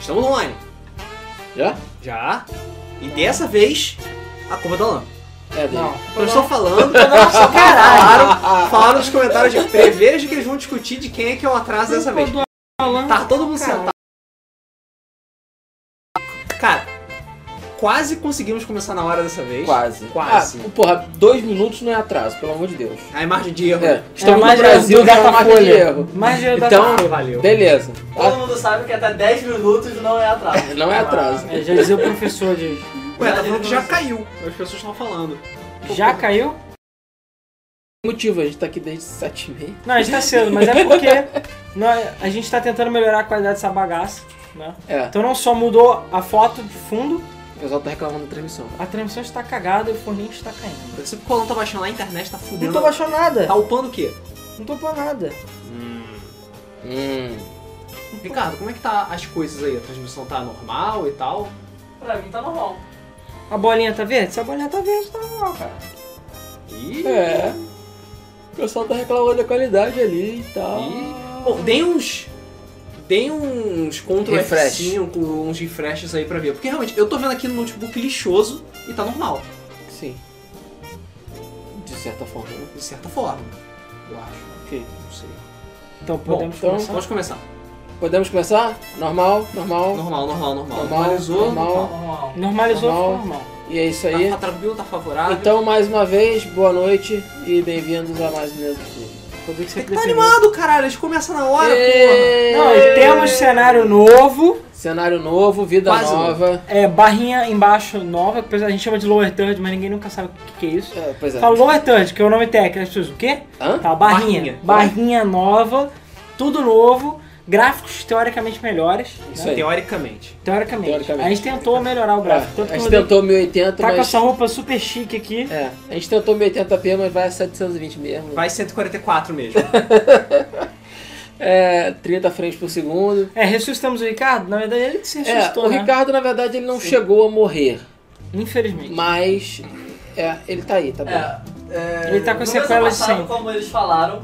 Estamos online. Já? Já. E dessa vez, a culpa é da lama. É, Não. dele. Eu estou falando, Ah, caralho. Falaram nos comentários de prevejo que eles vão discutir de quem é que é o atraso dessa vez. Quando Alan- Tá todo mundo Caralho. sentado. Cara, quase conseguimos começar na hora dessa vez. ah, Quase. Quase. Ah, porra, dois minutos não é atraso, pelo amor de Deus. A margem de erro. É, É estamos no mais Brasil, do já é uma margem de Datafolha. erro. Mais de Então- Valeu, valeu. Beleza. Todo mundo sabe que até 10 minutos não é atraso. Tá, Não é atraso. É, já dizia o professor de. Ué, tá falando que já caiu. As pessoas estão falando. Já caiu? Motivo, a gente tá aqui desde sete e meia. Não, a gente tá cedo, mas é porque nós- a gente tá tentando melhorar a qualidade dessa bagaça. Né? É, Então não só mudou a foto de fundo, o pessoal tá reclamando da transmissão. a transmissão está cagada e o forninho está caindo. Se o Colão tá baixando lá, a internet tá fudendo. Não Então tô baixando nada, Tá upando o quê? não tô pra nada. Hum. Ricardo, como é que tá as coisas aí? A transmissão tá normal e tal? Pra mim tá normal. A bolinha tá verde? Se a bolinha tá verde, tá normal, cara. Ih. É. O pessoal tá reclamando da qualidade ali e tal. Ih. Bom, deem uns. Deem uns Ctrl Refresh. F5, uns refreshes aí pra ver. Porque realmente, eu tô vendo aqui no notebook lixoso e tá normal, Sim. De certa forma. né? de certa forma. Eu acho, Ok. não sei. Então Bom, podemos então- começar. Vamos começar. Podemos começar? Normal, normal. Normal, normal, normal. Normal, Normalizou. normal. Tá normal. Normalizou, ficou Normal. normal. E é isso Tá, aí. tá tranquilo, tá favorável. Então, mais uma vez, boa noite e bem-vindos a mais um Mesa do Clube. Poder que você Tá percebeu. animado, caralho. A gente começa na hora, Não, Êêê! e temos um cenário novo, Cenário novo, vida Quase nova. é, barrinha embaixo nova, que a gente chama de lower third, mas ninguém nunca sabe o que, que é isso. É, pois é. Fala lower third, que é o nome técnico, as pessoas, o quê? Hã? Tá, barrinha. Barrinha. Barrinha nova, tudo novo, gráficos teoricamente melhores. né? Isso porra. aí. Teoricamente. Teoricamente. Teoricamente. A gente tentou melhorar o gráfico. É, tanto a que gente eu mudei- tentou 1080, Tá com mas... essa roupa super chique aqui. É, a gente tentou 1080p, mas vai a 720 mesmo. Vai 144 mesmo. É, 30 frames por segundo. É, ressuscitamos o Ricardo? Na verdade, ele que se É, ressuscitou, o né? Ricardo, na verdade, ele não chegou a morrer, Infelizmente. mas é, ele tá aí, tá bom. É, é, Ele tá com no sequelas mês passado, sim. Como eles falaram,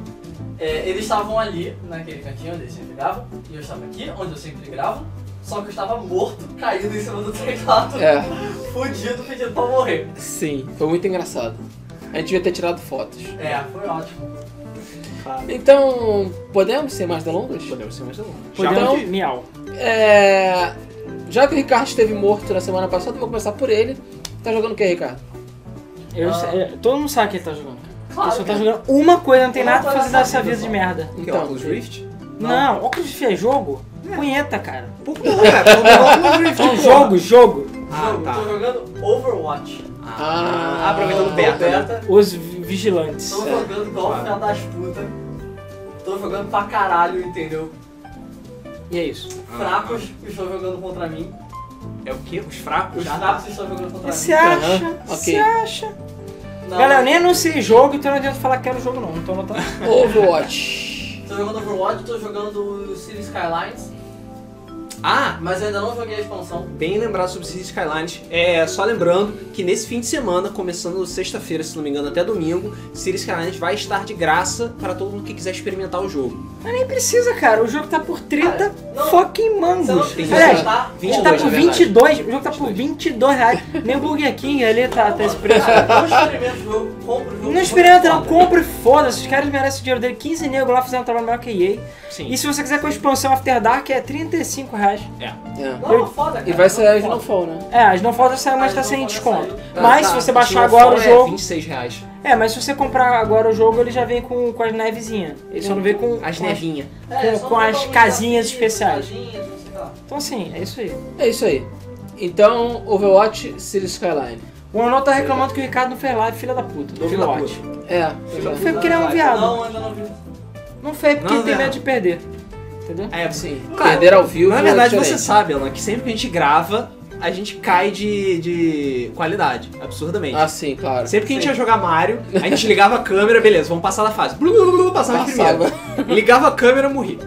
é, eles estavam ali, naquele cantinho onde eu sempre gravo, e eu estava aqui, onde eu sempre gravo, só que eu estava morto, caído em cima do teclado, É, fudido, pedindo pra morrer. sim, foi muito engraçado. A gente devia ter tirado fotos. É, foi ótimo. Então, podemos sem mais delongas? Podemos ser um mais longe. Podemos... Então- Miau. É. Já que o Ricardo esteve morto na semana passada, eu vou começar por ele. Tá jogando o que, Ricardo? Eu- Ah. é, todo mundo sabe que ele tá jogando. cara. Claro, né? ele só tá cara. jogando uma coisa, não tem Uma nada pra coisa fazer dessa rápida, vida de só. merda. Que então. é o Oculus Rift? Não, óculos de é jogo? Punheta, cara. Pouco não, cara. Vamos jogar o Oculus Rift. É um Então, porra. jogo, jogo. Ah, Jogo, tá. Tô jogando Overwatch. Ah, aproveitando o Tô beta. né? beta, Os vi- vigilantes. tô jogando golfe na das putas. Tô jogando pra caralho, entendeu? E é isso. Ah, Fracos que estão jogando contra mim. É o quê? Os fracos? Os Ah, fracos estão jogando contra Você mim. acha? Aham, ok. Você acha? Não, é- Galera, eu nem anunciei jogo, então não adianta falar que era o jogo não. Então não tá... Overwatch. Tô jogando Overwatch, tô jogando Cities Skylines, Ah, mas eu ainda não joguei a expansão. bem lembrado sobre Cities Skylines. É, só lembrando que nesse fim de semana, começando sexta-feira, se não me engano, até domingo, Cities Skylines vai estar de graça para todo mundo que quiser experimentar o jogo. Nem precisa, cara. O jogo tá por 30 não. fucking mangos. Você não tem precisa Aliás, Aliás, gastar 22, na ele tá por verdade. 22, o jogo tá por 22 reais. Nem o Burger King ali tá, tá esse preço. Cara, não experimenta o jogo, compra o jogo. Não experimenta, não. Compra e foda-se. Os caras merecem o dinheiro dele. 15 negros lá fizeram um trabalho melhor que a EA. Sim. E se você quiser com a expansão After Dark, é 35 reais. É. Não, foda, cara. E vai sair a não Snowfall, né? É, as não falta sair, mas As tá não sem fodas desconto. saíram. Mas Tá, se você tá, baixar Snowfall agora o É jogo. 26 reais. É, mas se você comprar agora o jogo, ele já vem com, com as nevezinhas. Ele só não vem com. As com nevinhas. com- É, só com botar as um casinhas negocinho, especiais. casinhas, não sei lá. Então, assim, é isso aí. É isso aí. Então, Overwatch, Cities Skyline. O Anão tá reclamando que o Ricardo não fez live, filha da puta. Do Filha da Overwatch. É, Não pois fez porque ele é um viado. Não, ainda não vi. Não fez porque Não, ele tem não. medo de perder. Entendeu? É, é. Sim. Cara, Perder ao vivo. Na verdade, é você diferente. sabe, Alan, que sempre que a gente grava, a gente cai de, de qualidade, absurdamente. Ah, sim, claro. Sempre que a gente ia jogar Mario, a gente ligava a câmera, beleza, vamos passar da fase. Blu, blu, blu, blu, passava de Passava. primeiro. Ligava a câmera, morria.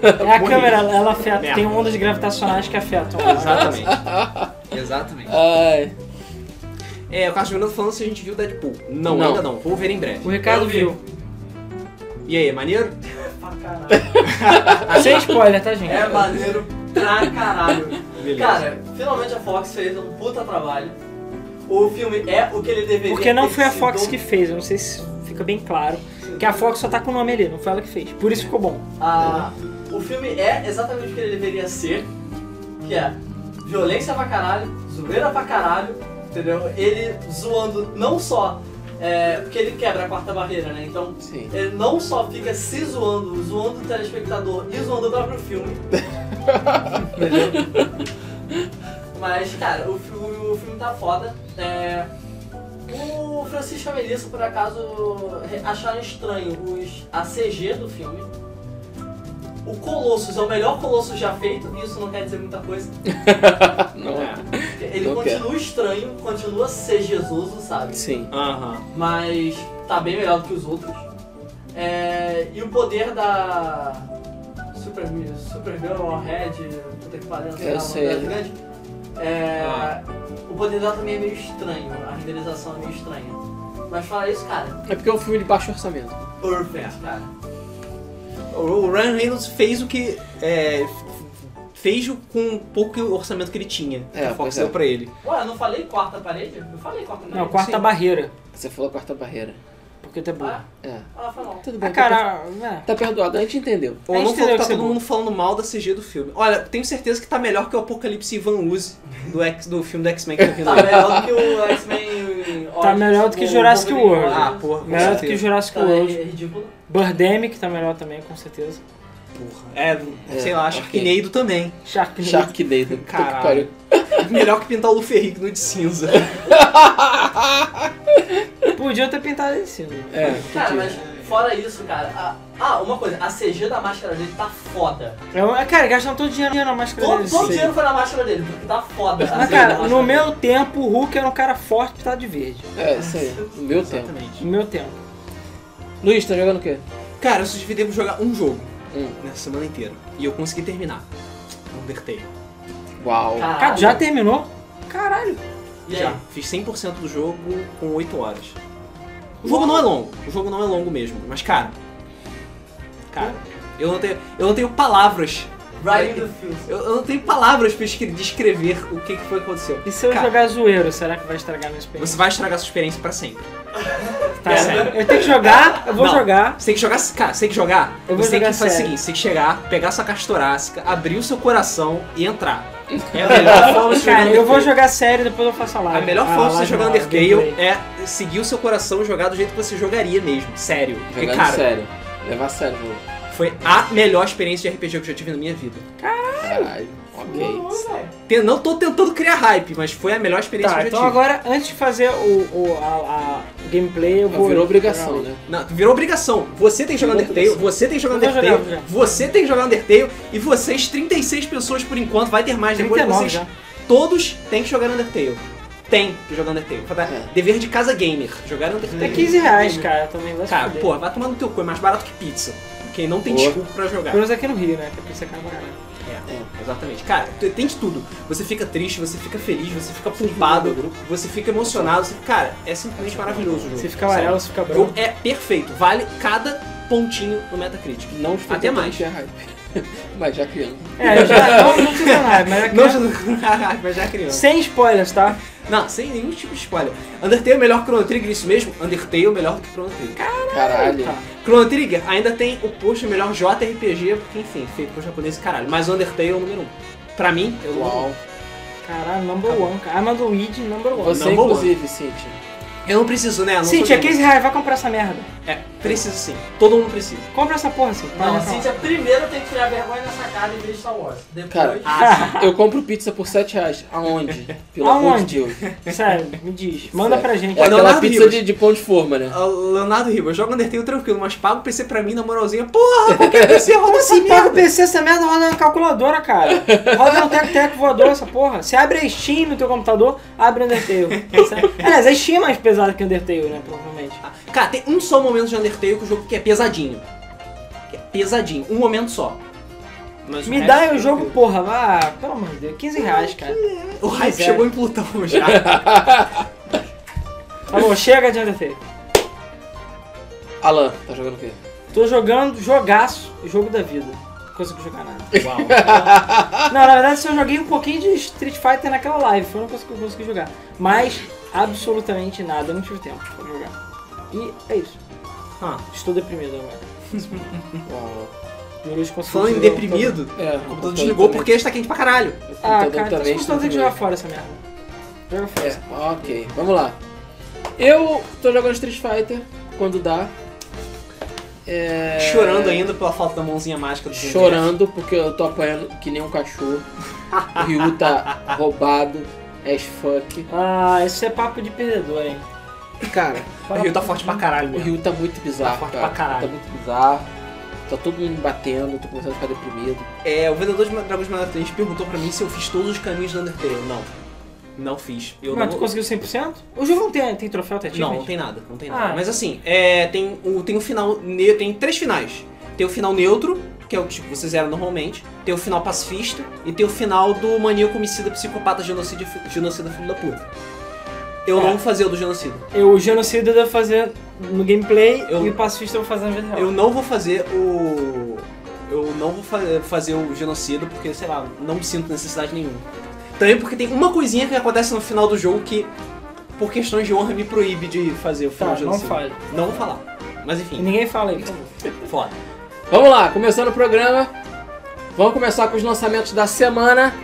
É a Bonito. câmera, ela afeta. Merda. Tem ondas gravitacionais que afetam. Exatamente. Exatamente. Ai, É, o Carlos Miranda falando se a gente viu Deadpool. Não, Não. ainda não. Vou ver em O breve. Ricardo Eu vi. viu. E aí, é maneiro? Pra caralho. Sem spoiler, tá, gente? É maneiro pra caralho. Beleza. Cara, finalmente a Fox fez um puta trabalho. O filme é o que ele deveria Porque não ter foi a sido. Fox que fez, eu não sei se fica bem claro. Que a Fox só tá com o nome ali, não foi ela que fez. Por isso ficou bom. Ah, o filme é exatamente o que ele deveria ser, que é violência pra caralho, zoeira pra caralho, entendeu? Ele zoando não só é, porque ele quebra a quarta barreira, né? Então Sim. ele não só fica se zoando, zoando o telespectador e zoando o próprio filme. Entendeu? Mas, cara, o, fi- o filme tá foda. É, o Francisco e a Melissa, por acaso, re- acharam estranho os, a CG do filme. O Colossus é o melhor Colossus já feito, e isso não quer dizer muita coisa. Não é. Ele Não continua estranho, continua CGzoso, sabe? Sim. Aham. mas tá bem melhor do que os outros. É, e o poder da Super, Supergirl, Red, puta que pariu, sei Eu lá, sei. uma das grandes. É, Ah. O poder dela também é meio estranho, a renderização é meio estranha. Mas fala isso, cara. É porque é um filme de baixo orçamento. Perfect, cara. O Ryan Reynolds fez o que. É, f- fez o- com o pouco orçamento que ele tinha. É, que a Fox pois é. deu pra ele. Ué, eu não falei quarta parede? Eu falei quarta parede. Não, quarta Sim. barreira. Você falou a quarta barreira. Porque tu é burro. Ah, É. ah, foi mal. Tudo bem. Ah, tá cara, né? per- Tá perdoado, a gente entendeu. Ou A gente não falou entendeu que tá que você todo é mundo falando mal da CG do filme. Olha, tenho certeza que tá melhor que o Apocalipse Van Uzi do, X, do filme do X-Men que tá vindo Tá aí. melhor do que o X-Men. Tá melhor do que Jurassic World. Ah, porra, com melhor do que certeza. Jurassic Tá, é World. ridículo. Birdemic tá melhor também, com certeza. Porra. É, sei lá, acho ok. que Neido também. Sharknado. Sharknado. Puta que Caralho. pariu. Melhor que pintar o Luferric no de cinza. Podia ter pintado em cima. É. Cara, mas fora isso, cara. a- ah, uma coisa, a CG da máscara dele tá foda. É um- é, cara, gastam todo o dinheiro na máscara Todo, dele. todo o Sim. dinheiro foi na máscara dele, porque tá foda. a Mas, CG da Ah, cara, máscara no dele. meu tempo, o Hulk era um cara forte pintado de verde. É, isso aí. No meu tempo. Exatamente. No meu tempo. Luiz, tá jogando o quê? Cara, eu só devo jogar um jogo Hum. na semana inteira. E eu consegui terminar. Undertale. Uau. Ah, Caralho. Cara, já terminou? Caralho. E aí? Já. Fiz 100% do jogo com 8 horas. O jogo não é longo. O jogo não é longo mesmo. Mas, cara... Cara, eu não tenho, eu não tenho palavras Riding the Fields. Eu, eu não tenho palavras pra escre- descrever o que, que foi que aconteceu. E se eu Cara. jogar zoeiro, será que vai estragar minha experiência? Você vai estragar sua experiência pra sempre. Tá, Sério. eu tenho que jogar, eu vou Não. jogar. Você tem que jogar, cara, você tem que jogar. Eu vou você tem jogar que fazer o sério. seguinte: você tem que chegar, pegar sua caixa torácica, abrir o seu coração e entrar. É a melhor forma de jogar Cara, eu vou Undertale. jogar sério depois eu faço a live. A melhor Ah, forma de você live jogar não, Undertale gameplay. é seguir o seu coração e jogar do jeito que você jogaria mesmo. Sério. Porque, Jogando cara, sério. Levar a sério o jogo. foi a melhor experiência de RPG que eu já tive na minha vida. Caralho. Ok. Não, velho. Te- Não tô tentando criar hype, mas foi a melhor experiência Tá, que eu já então tive. agora, antes de fazer o, o- a, a gameplay, Ah, eu vou... Virou obrigação, né? Não, virou obrigação. Você tem que jogar Virou Undertale, você tem que jogar Eu vou Undertale, jogar, vou jogar. você tem que jogar Undertale, e vocês, 36 pessoas por enquanto, vai ter mais depois, 39 vocês já. todos têm que jogar Undertale. Tem que jogar Undertale. Tá? É. Dever de casa gamer, jogar Undertale. É 15 reais, cara, também vai se Cara, fuder. pô, vai tomar no teu cu, é mais barato que pizza. Quem não tem Boa. desculpa pra jogar. Pelo menos aqui no Rio, né? Que a pizza é cara pra caralho. É, exatamente. Cara, tu- tem de tudo. Você fica triste, você fica feliz, você fica pompado, você fica emocionado. você- Cara, é simplesmente maravilhoso o jogo. Se fica amarelo, se fica O jogo branco. é perfeito, vale cada pontinho no Metacritic. Não estou Até tentando mais. criar hype. Mas já criando. É, já não, não precisa nada, mas é que- Não, mas já criança. Sem spoilers, tá? Não, sem nenhum tipo de spoiler. Undertale é melhor que Chrono Trigger, isso mesmo? Undertale é melhor do que Chrono Trigger. Caralho. Tá. Chrono Trigger ainda tem o post melhor JRPG, porque enfim, feito por japonês e caralho. Mas Undertale é o número um. Pra mim, eu não. Uau. Caralho, number one, cara. Armandweed, number one. Você, Number one. inclusive, Cintia. Eu não preciso, né? Eu não Sim, tô tinha vendo. 15 reais, vai comprar essa merda. É, preciso sim. Todo mundo precisa. Compra essa porra, assim. Não, a Cintia primeiro tem que tirar vergonha nessa cara em vez de Star Wars. Depois. Cara, Ah, Eu compro pizza por 7 reais. Aonde? Pelo amor de Aonde? Deus. Sério, me diz. Manda Sério. pra gente. É aquela Leonardo pizza Ribas. de, de pão de forma, né? sim. Ah, Leonardo Ribeiro, joga Undertale tranquilo, mas paga o PC pra mim na moralzinha. Porra, qualquer PC roda essa Você paga o merda. PC, essa merda roda na calculadora, cara. Roda no teco-teco voador, essa porra. Você abre a Steam no teu computador, abre Undertale. Sério. Aliás, a Steam é mais pesada que Undertale, né, provavelmente. Ah, Cara, tem um só momento de Undertale que o jogo que é pesadinho. Que é pesadinho. Um momento só. Mas Me resto dá aí é o jogo, tranquilo. porra, vá, pelo amor de Deus, 15 reais, cara. O hype Pois é. chegou em Plutão já. Tá bom, chega de Undertale. Alan, tá jogando o quê? Tô jogando jogaço, jogo da vida. consegui jogar nada. Uau. Não, na verdade, só joguei um pouquinho de Street Fighter naquela live, foi uma coisa que eu consegui jogar. Mas, absolutamente nada, eu não tive tempo pra jogar. E é isso. Ah, Estou deprimido agora. Uau. Meu Luiz conseguiu falando em jogar um deprimido, É, o computador desligou porque está quente pra caralho. Ah, cara, então também vocês estão tendo que jogar está fora essa merda. Joga fora. É, ok, vamos lá. Eu tô jogando Street Fighter quando dá. É, Chorando ainda pela falta da mãozinha mágica do Dreamcast. Chorando porque eu tô apanhando que nem um cachorro. O Ryu tá roubado as fuck. Ah, isso é papo de perdedor, hein? Cara, O Rio tá forte pra caralho, o mesmo. Ryu tá muito bizarro, forte cara. pra caralho. Tá muito bizarro. Tá todo mundo me batendo, tô começando a ficar deprimido. É, o vendedor de Dragões de Maratona perguntou pra mim se eu fiz todos os caminhos do Undertale. Não. Não fiz. Eu Mas tu não... conseguiu 100%? O jogo não tem, tem troféu, tem Não, achievement? não tem nada, não tem nada. Ah. Mas assim, é, tem o tem o final, ne- tem três finais. Tem o final neutro, que é o tipo que você zera normalmente, tem o final pacifista e tem o final do maníaco homicida psicopata genocida genocida filho da puta. Eu É. não vou fazer o do genocida. Eu, o genocida eu devo fazer no gameplay Eu- e o pacifista eu vou fazer na vida real. Eu não vou fazer o eu não vou fa- fazer o genocida porque, sei lá, não sinto necessidade nenhuma. Também porque tem uma coisinha que acontece no final do jogo que por questões de honra me proíbe de fazer o final Tá, do não genocida. fale. Não vou falar. Mas E enfim, ninguém fala aí. foda. Vamos lá, começando o programa. Vamos começar com os lançamentos da semana.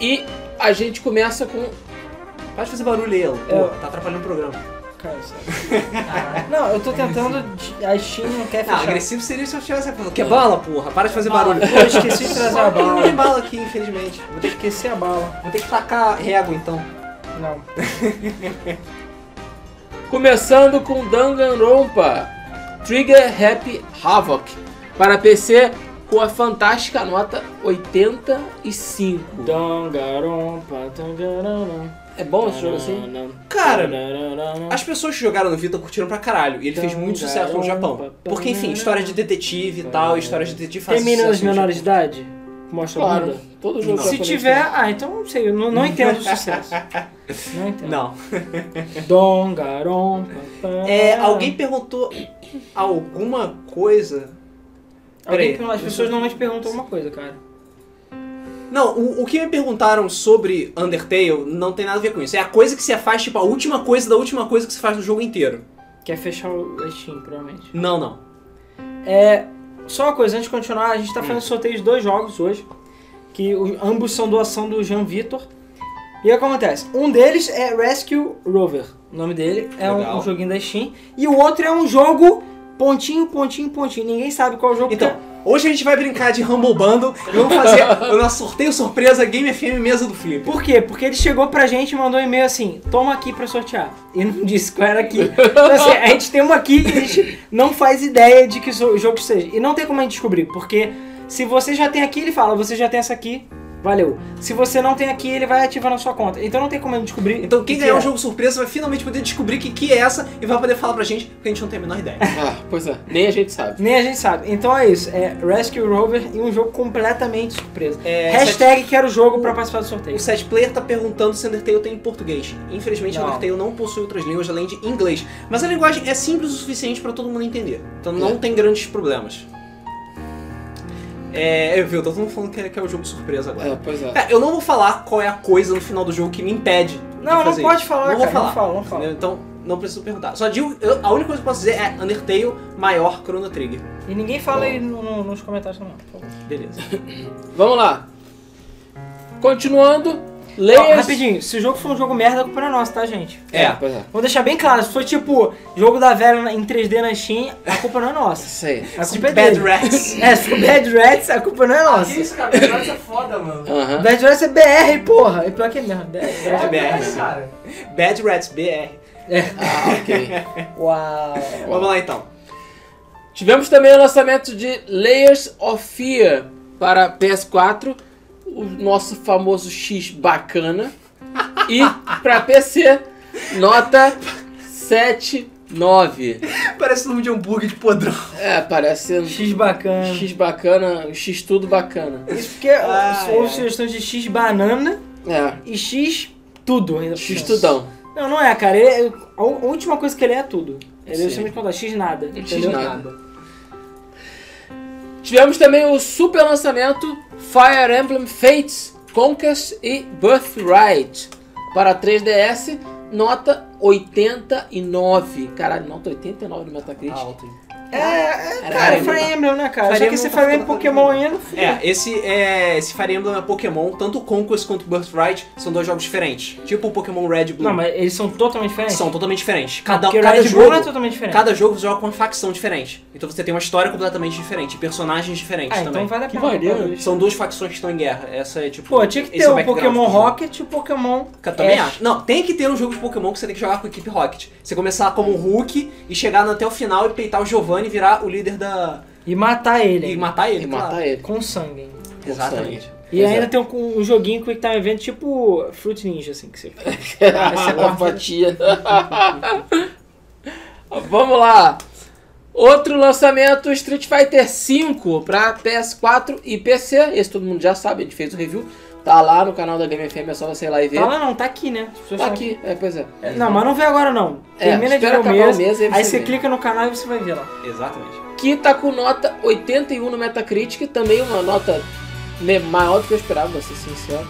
E a gente começa com. Pode fazer barulho aí, Elo. É. Pô, tá atrapalhando o programa. Cara, sério. Não, eu tô tentando. de- A Steam não quer Ah, fechar. agressivo seria se eu tivesse falando. Que bala, porra. Para de fazer barulho. Pô, eu esqueci de trazer a Só que Não tem bala. bala aqui, infelizmente. Vou ter, Esqueci a bala. vou ter que tacar régua, então. Não. Começando com Danganronpa Trigger Happy Havoc para PC com a fantástica nota 85. Dangarompa, dangarana. É bom esse jogo assim? Cara, as pessoas que jogaram no Vita curtiram pra caralho. E ele fez muito sucesso no Japão. Porque, enfim, história de detetive e tal. História de detetive faz Tem meninas sucesso no menores de Japão. idade? Mostra a Claro, bunda. todo jogo é Não. japonês Se tem. tiver, ah, então não sei, eu não, não entendo o sucesso. Não entendo. Não. Dongarom. É, Ah. alguém perguntou alguma coisa... Peraí. Alguém, as pessoas normalmente perguntam alguma coisa, cara. Não, o, o que me perguntaram sobre Undertale não tem nada a ver com isso. É a coisa que você faz, tipo, a última coisa da última coisa que você faz no jogo inteiro. Quer fechar o Steam, provavelmente. Não, não. É, só uma coisa, antes de continuar, a gente tá Hum. fazendo sorteio de dois jogos hoje, que o- ambos são doação do Jean Vitor. E o que acontece? Um deles é Rescue Rover, o nome dele, é um, Legal. um joguinho da Steam, e o outro é um jogo pontinho, pontinho, pontinho, ninguém sabe qual jogo é. Então, hoje a gente vai brincar de Humble Bundle e vamos fazer o nosso sorteio surpresa Game FM Mesa do que é. Flip. Por quê? Porque ele chegou pra gente e mandou um e-mail assim, toma aqui pra sortear. E não disse qual era aqui. Então assim, a gente tem um aqui e a gente não faz ideia de que so- jogo seja. E não tem como a gente descobrir, porque se você já tem aqui, ele fala, você já tem essa aqui, valeu. Se você não tem aqui, ele vai ativar na sua conta. Então não tem como a gente descobrir. Então, quem o que ganhar é. o jogo surpresa vai finalmente poder descobrir que que é essa e vai poder falar pra gente, porque a gente não tem a menor ideia. Ah, pois é, nem a gente sabe. Nem a gente sabe. Então é isso, é Rescue Rover e um jogo completamente surpresa. É, Hashtag quero o jogo pra participar do sorteio. O set player tá perguntando se Undertale tem em português. Infelizmente, Não. Undertale não possui outras línguas além de inglês, mas a linguagem é simples o suficiente pra todo mundo entender. Então não É. tem grandes problemas. É, eu vi, eu tô todo mundo falando que é, que é o jogo surpresa agora. É, pois é. É, eu não vou falar qual é a coisa no final do jogo que me impede. de Não, não fazer pode isso. falar, não cara. Vou falar, Não fala, não fala. entendeu? Então, não preciso perguntar. Só digo, eu- a única coisa que eu posso dizer é Undertale maior Chrono Trigger. E ninguém fala Bom. aí no- no- nos comentários também, por favor. Beleza. Vamos lá. Continuando, Ó, Layers. rapidinho, se o jogo for um jogo merda, a culpa não é nossa, tá, gente? É. pois é. Vamos deixar bem claro, se for tipo jogo da velha na- em 3D na Steam, a culpa não é nossa. Isso aí. A culpa é Bad dele. Rats. É, se for Bad Rats, a culpa não é Ah, nossa. que isso, cara? Isso é foda, mano. Aham. Bad Rats é BR, porra. É pior que é mesmo. BR. É Mas, BR. cara. Bad Rats, BR. Ah, ok. Uau. Vamos lá então. Tivemos também o lançamento de Layers of Fear para PS4, o nosso famoso X bacana. E para PC, nota 79. Parece nome de hambúrguer de podrão. É, parece um X bacana. X bacana, um X tudo bacana. Isso porque Ah, houve é. sugestão de X banana É, e X tudo. ainda por X cima. tudão. Não, não é, cara. Ele é- a u- a última coisa que ele é é tudo. Ele é Sim. simplesmente contar X nada. X entendeu? nada. Tivemos também o super lançamento Fire Emblem Fates, Conquest e Birthright para 3DS, nota 89. Caralho, nota 89 no Metacritic. Alto. É, é, cara, Caramba. Fire Emblem, né, cara? Fire Só que Emblem esse tá Fire Emblem ficando Pokémon todo ainda não É, esse, é, esse Fire Emblem é Pokémon, tanto o Conquest quanto o Birthright são dois jogos diferentes. Tipo o Pokémon Red e Blue. Não, mas eles são totalmente diferentes. São totalmente diferentes. Cada, Porque cada Red Bull jogo, é totalmente diferente. cada jogo joga com uma facção diferente. Então você tem uma história completamente diferente, personagens diferentes Ah, também. então vale a Que pena. maneiro. talvez. São duas facções que estão em guerra. Essa é tipo. Pô, tinha que esse ter é o background Pokémon do jogo. Rocket e o Pokémon... Que Eu também Ash. acho. Não, tem que ter um jogo de Pokémon que você tem que jogar com a equipe Rocket. Você começar como o Hulk e chegar no- até o final e peitar o Giovanni e virar o líder da. E matar ele. E ainda. matar ele. E claro. matar ele. Com sangue. ainda. Exatamente. E Pois ainda é. tem um, um joguinho Quick Time Event tipo Fruit Ninja, assim, que você Essa é uma fatia. Vamos lá. Outro lançamento, Street Fighter V para PS4 e PC. Esse todo mundo já sabe, a gente fez o review. Tá lá no canal da Game FM, é só você ir lá e ver. Tá lá não, tá aqui, né? As pessoas Tá são- aqui, é, pois é. É, Não, mas não vê agora não. É, Termina de ver espera o acabar mês, o mês, aí aí você você vê. clica no canal e você vai ver lá. Exatamente. Que tá com nota 81 no Metacritic, também uma nota me- maior do que eu esperava, vou ser sincero.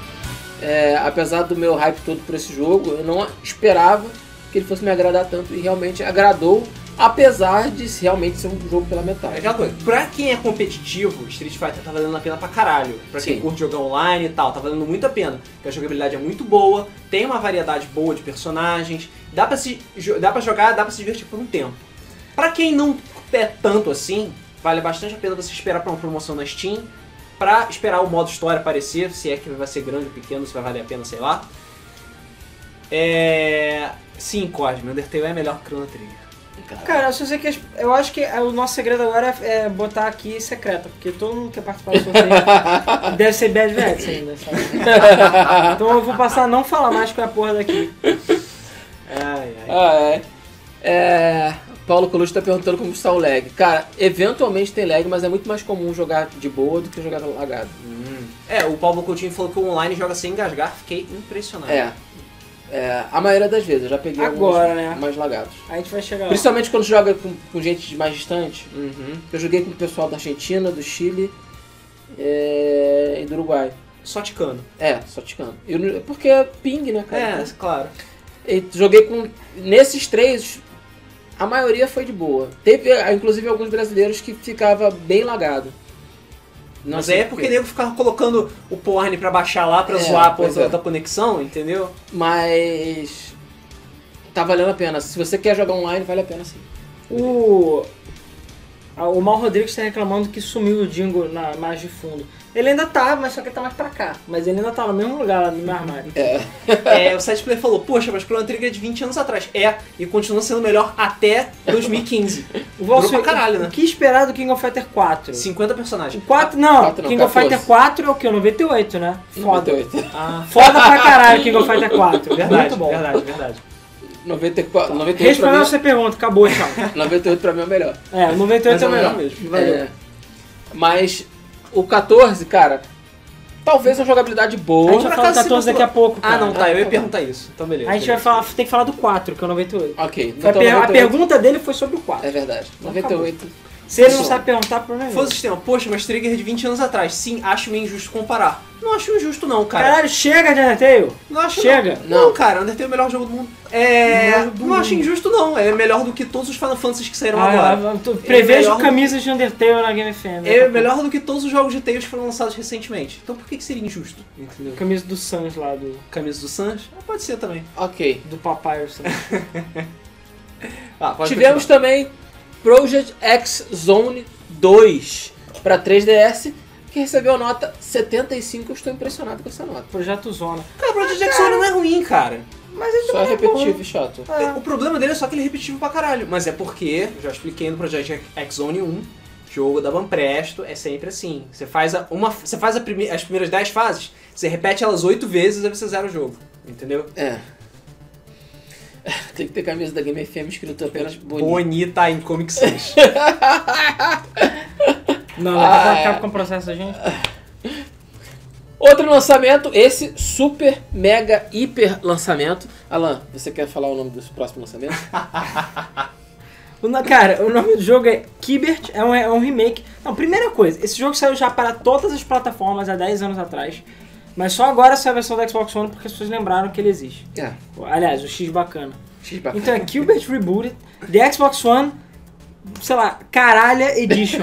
É, apesar do meu hype todo por esse jogo, eu não esperava que ele fosse me agradar tanto e realmente agradou, apesar de realmente ser um jogo pela É metade. aquela coisa, pra quem é competitivo, Street Fighter tá valendo a pena pra caralho. Pra quem Sim. curte jogar online e tal, tá valendo muito a pena. Porque a jogabilidade é muito boa, tem uma variedade boa de personagens, dá pra, se, jo- dá pra jogar, dá pra se divertir por um tempo. Pra quem não é tanto assim, vale bastante a pena você esperar pra uma promoção na Steam, pra esperar o modo história aparecer, se é que vai ser grande ou pequeno, se vai valer a pena, sei lá. É... Sim, Cosme, Undertale é melhor que Chrono Trigger. Cara, eu só sei que as- eu acho que o nosso segredo agora é é botar aqui secreta, porque todo mundo quer participar do Ah, sorteio deve ser bad vibes ainda, sabe? Então eu vou passar a não falar mais com a porra daqui. Ai, ai. Ah, é. É, Paulo Colucci tá perguntando como está o lag. Cara, eventualmente tem lag, mas é muito mais comum jogar de boa do que jogar lagado. É, o Paulo Coutinho falou que o online joga sem engasgar, fiquei impressionado. É. É, a maioria das vezes, eu já peguei Agora, alguns né? mais lagados. Aí a gente vai chegar lá. Principalmente quando joga com, com gente de mais distante. Uhum. Eu joguei com o pessoal da Argentina, do Chile é, e do Uruguai. Só ticando. É, só ticando. Eu não- porque é ping, né, cara? É, claro. E joguei com. Nesses três, a maioria foi de boa. Teve, ah, inclusive, alguns brasileiros que ficava bem lagado. Não Mas sei aí é por porque o quê. nego ficava colocando o porn pra baixar lá, pra É, zoar a porra pois da- é. da conexão, entendeu? Mas. Tá valendo a pena. Se você quer jogar online, vale a pena sim. O. a- O Mal Rodrigues tá reclamando que sumiu o Dingo na mais de fundo. Ele ainda tá, mas só que ele tá mais pra cá. Mas ele ainda tá no mesmo lugar lá no meu armário. É. é, o site player falou, poxa, mas Chrono Trigger é de 20 anos atrás. É, e continua sendo melhor até 2015. O Valsu, Durou pra caralho, o- né? o que esperar do King of Fighter 4? 50 O personagens. 4, não, Quatro não, King of 14. Fighter 4 é o que? 98, né? Foda. 98. Ah, Foda pra caralho King of Fighter 4. verdade, Muito bom. verdade, verdade. 94, 98 pra Respondendo a Tá. mim, sua pergunta, acabou, tchau. 98 pra mim é o melhor. É, o 98 Mas é é o melhor melhor. mesmo. Valeu. É. Mas o 14, cara, talvez uma jogabilidade A boa. gente vai Por falar do acaso, 14 você daqui a pouco, Ah, cara. não, tá, eu ia perguntar isso. Então, beleza. A gente vai falar, tem que falar do 4, que é o 98. Ok, Foi a, então per- a 98 pergunta dele foi sobre o 4. É verdade. Então 98. Se ele não Isso. sabe perguntar, problema é Foi o meu. sistema, poxa, mas Trigger é de 20 anos atrás. Sim, acho meio injusto comparar. Não acho injusto não, cara. Caralho, chega de Undertale. Não acho Chega. Não. Não. não, cara, Undertale é o melhor jogo do mundo. É. Melhor do não acho mundo. injusto, não. É melhor do que todos os Final Fantasies que saíram Ah, agora. eu- eu- prevejo melhor- camisas de Undertale na Game FM. né? É melhor do que todos os jogos de Tails que foram lançados recentemente. Então por que, que seria injusto? Entendeu? Camisa do Sans lá, do, Camisa do Sans? Ah, Pode ser também. Ok. do Papyrus. né? Ah, pode Tivemos continuar. também Project X Zone 2 pra 3DS, que recebeu nota 75. Eu estou impressionado com essa nota. Projeto Zona. Cara, o Project Jackson não é ruim, cara. Só é repetitivo e chato. Ah. O problema dele é só que ele é repetitivo pra caralho. Mas é porque, eu já expliquei no Project X-Zone 1, jogo da Banpresto é sempre assim. Você faz, a, uma, você faz a prime- as primeiras 10 fases, você repete elas 8 vezes e você zera o jogo. Entendeu? É. Tem que ter camisa da Game FM escrito apenas bonito. Bonita em Comic Sans. Não, não, Ah, é. acaba com o processo da gente. Outro lançamento, esse super, mega, hiper lançamento. Alan, você quer falar o nome do próximo lançamento? O O no- Cara, o nome do jogo é Kibert, é um, é um remake. Não, primeira coisa, esse jogo saiu já para todas as plataformas há 10 anos atrás, mas só agora saiu a versão do Xbox One porque as pessoas lembraram que ele existe. É. Aliás, o X bacana. X bacana. Então é Gilbert Rebooted, The Xbox One, sei lá, caralha edition.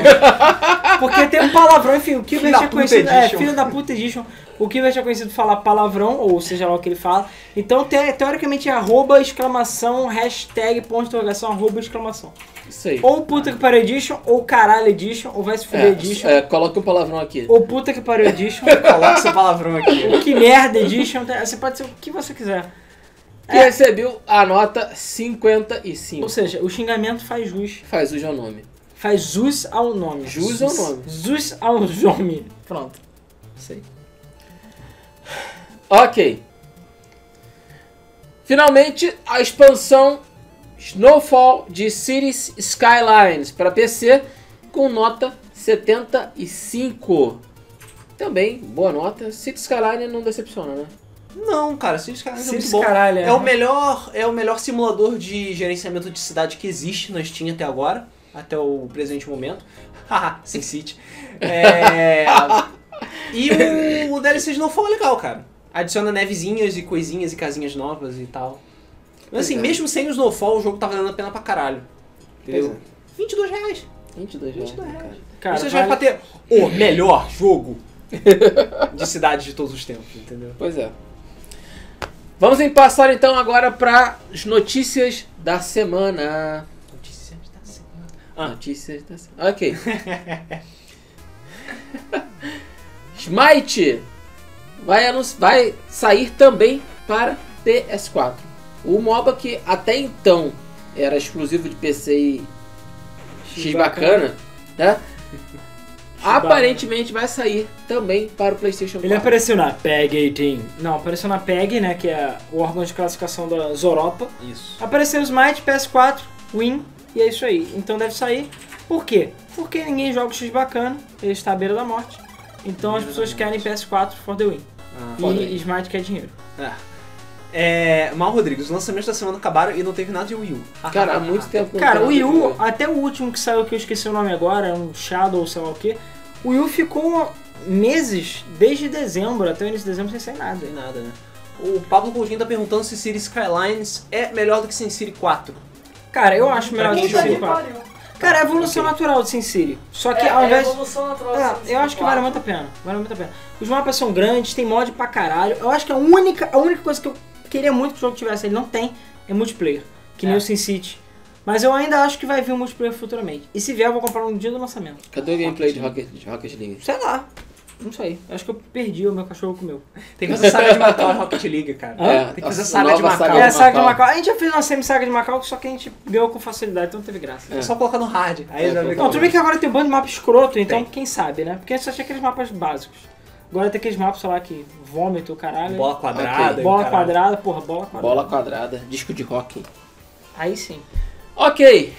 Porque tem um palavrão, enfim, o Gilbert Filho da é puta conhecido. É, edition. filho da puta edition. O Gilbert é conhecido por falar palavrão, ou seja lá o que ele fala. Então, te- teoricamente, é arroba, exclamação, hashtag, ponto de interrogação, arroba, exclamação. Isso aí. Ou puta que pariu edition, ou caralho edition, ou vai se fuder edition, é, é, coloca um palavrão aqui. ou puta que pariu edition, Coloca seu palavrão aqui. ou que merda edition. Então, Você pode ser o que você quiser. Que recebeu a nota 55. Ou seja, o xingamento faz jus Faz o seu nome. Faz jus ao nome. Jus ao nome. Jus ao nome. Pronto. Sei. Ok. Finalmente, a expansão Snowfall de Cities Skylines para PC com nota 75. Também, boa nota. Cities Skyline não decepciona, né? Não, cara, Cities Skylines é muito Cities bom. caralho. É o melhor, é o melhor simulador de gerenciamento de cidade que existe na Steam até agora, até o presente momento. Haha, Sin City. É... e o, o DLC de não foi legal, cara. Adiciona nevezinhas e coisinhas e casinhas novas e tal. Mas assim, Pois é. mesmo sem o Snowfall, o jogo tá valendo a pena pra caralho. Entendeu? 22 reais. 22 22 reais. é, cara. reais. Cara, Você já vale- vai bater o melhor jogo de cidade de todos os tempos, entendeu? Pois é. Vamos em passar então agora para as notícias da semana. Notícias da semana. Ah. Notícias da semana. Ok. Smite vai, anun- vai sair também para PS4. O MOBA que até então era exclusivo de PC e X bacana, né? Aparentemente vai sair também para o PlayStation 4. Ele é apareceu na PEG 18. Não, apareceu na PEG, né? Que é o órgão de classificação da Europa. Isso. Apareceu o Smite, PS4, Win. E é isso aí. Então deve sair. Por quê? Porque ninguém joga o X bacana. Ele está à beira da morte. Então as pessoas querem PS4 for the win. Ah, foda E Smite quer dinheiro. É, Mal Rodrigues, os lançamentos da semana acabaram e não teve nada de Wii U. Ah, Cara, há muito tempo. que eu não Cara, tenho o Wii nada de U, jogo. até o último que saiu, que eu esqueci o nome agora, é um Shadow, sei lá o que. O Wii U ficou meses, desde dezembro, até o início de dezembro, sem sair nada. Não tem nada, né? O Pablo Coutinho tá perguntando se City Skylines é melhor do que Sin City 4. Cara, eu acho melhor Pra do quem que o tá Wii de U 4. Cara, é a evolução natural do Sin City. tipo, Só que é ao invés... É, assim, eu acho que vale muito a pena. Vale muito a pena. Os mapas são grandes, tem mod pra caralho. Eu acho que a única, a única coisa que eu queria muito que o jogo tivesse, ele não tem, é multiplayer. Que nem É. o Sin City. Mas eu ainda acho que vai vir um multiplayer futuramente. E se vier, eu vou comprar no dia do lançamento. Cadê o gameplay de Rocket, de Rocket League? Sei lá. Não sei. Acho que eu perdi, o meu cachorro comeu. Tem que fazer saga de Macau e Rocket League, cara. É, Tem que fazer a saga de nova Macau. saga É, de a saga de Macau. Macau. A gente já fez uma semi-saga de Macau, só que a gente ganhou com facilidade, então não teve graça. É só colocar no hard. Aí vai ver É, colocar Não, tudo bem que agora tem um bando de mapa escroto, então Tem. quem sabe, né? Porque a gente só tinha aqueles mapas básicos. Agora tem aqueles mapas, sei lá, que vômito, caralho. é. Bola quadrada. Ok. e Bola caralho. quadrada, porra, bola quadrada. Bola quadrada, disco de hockey. Aí sim. Ok.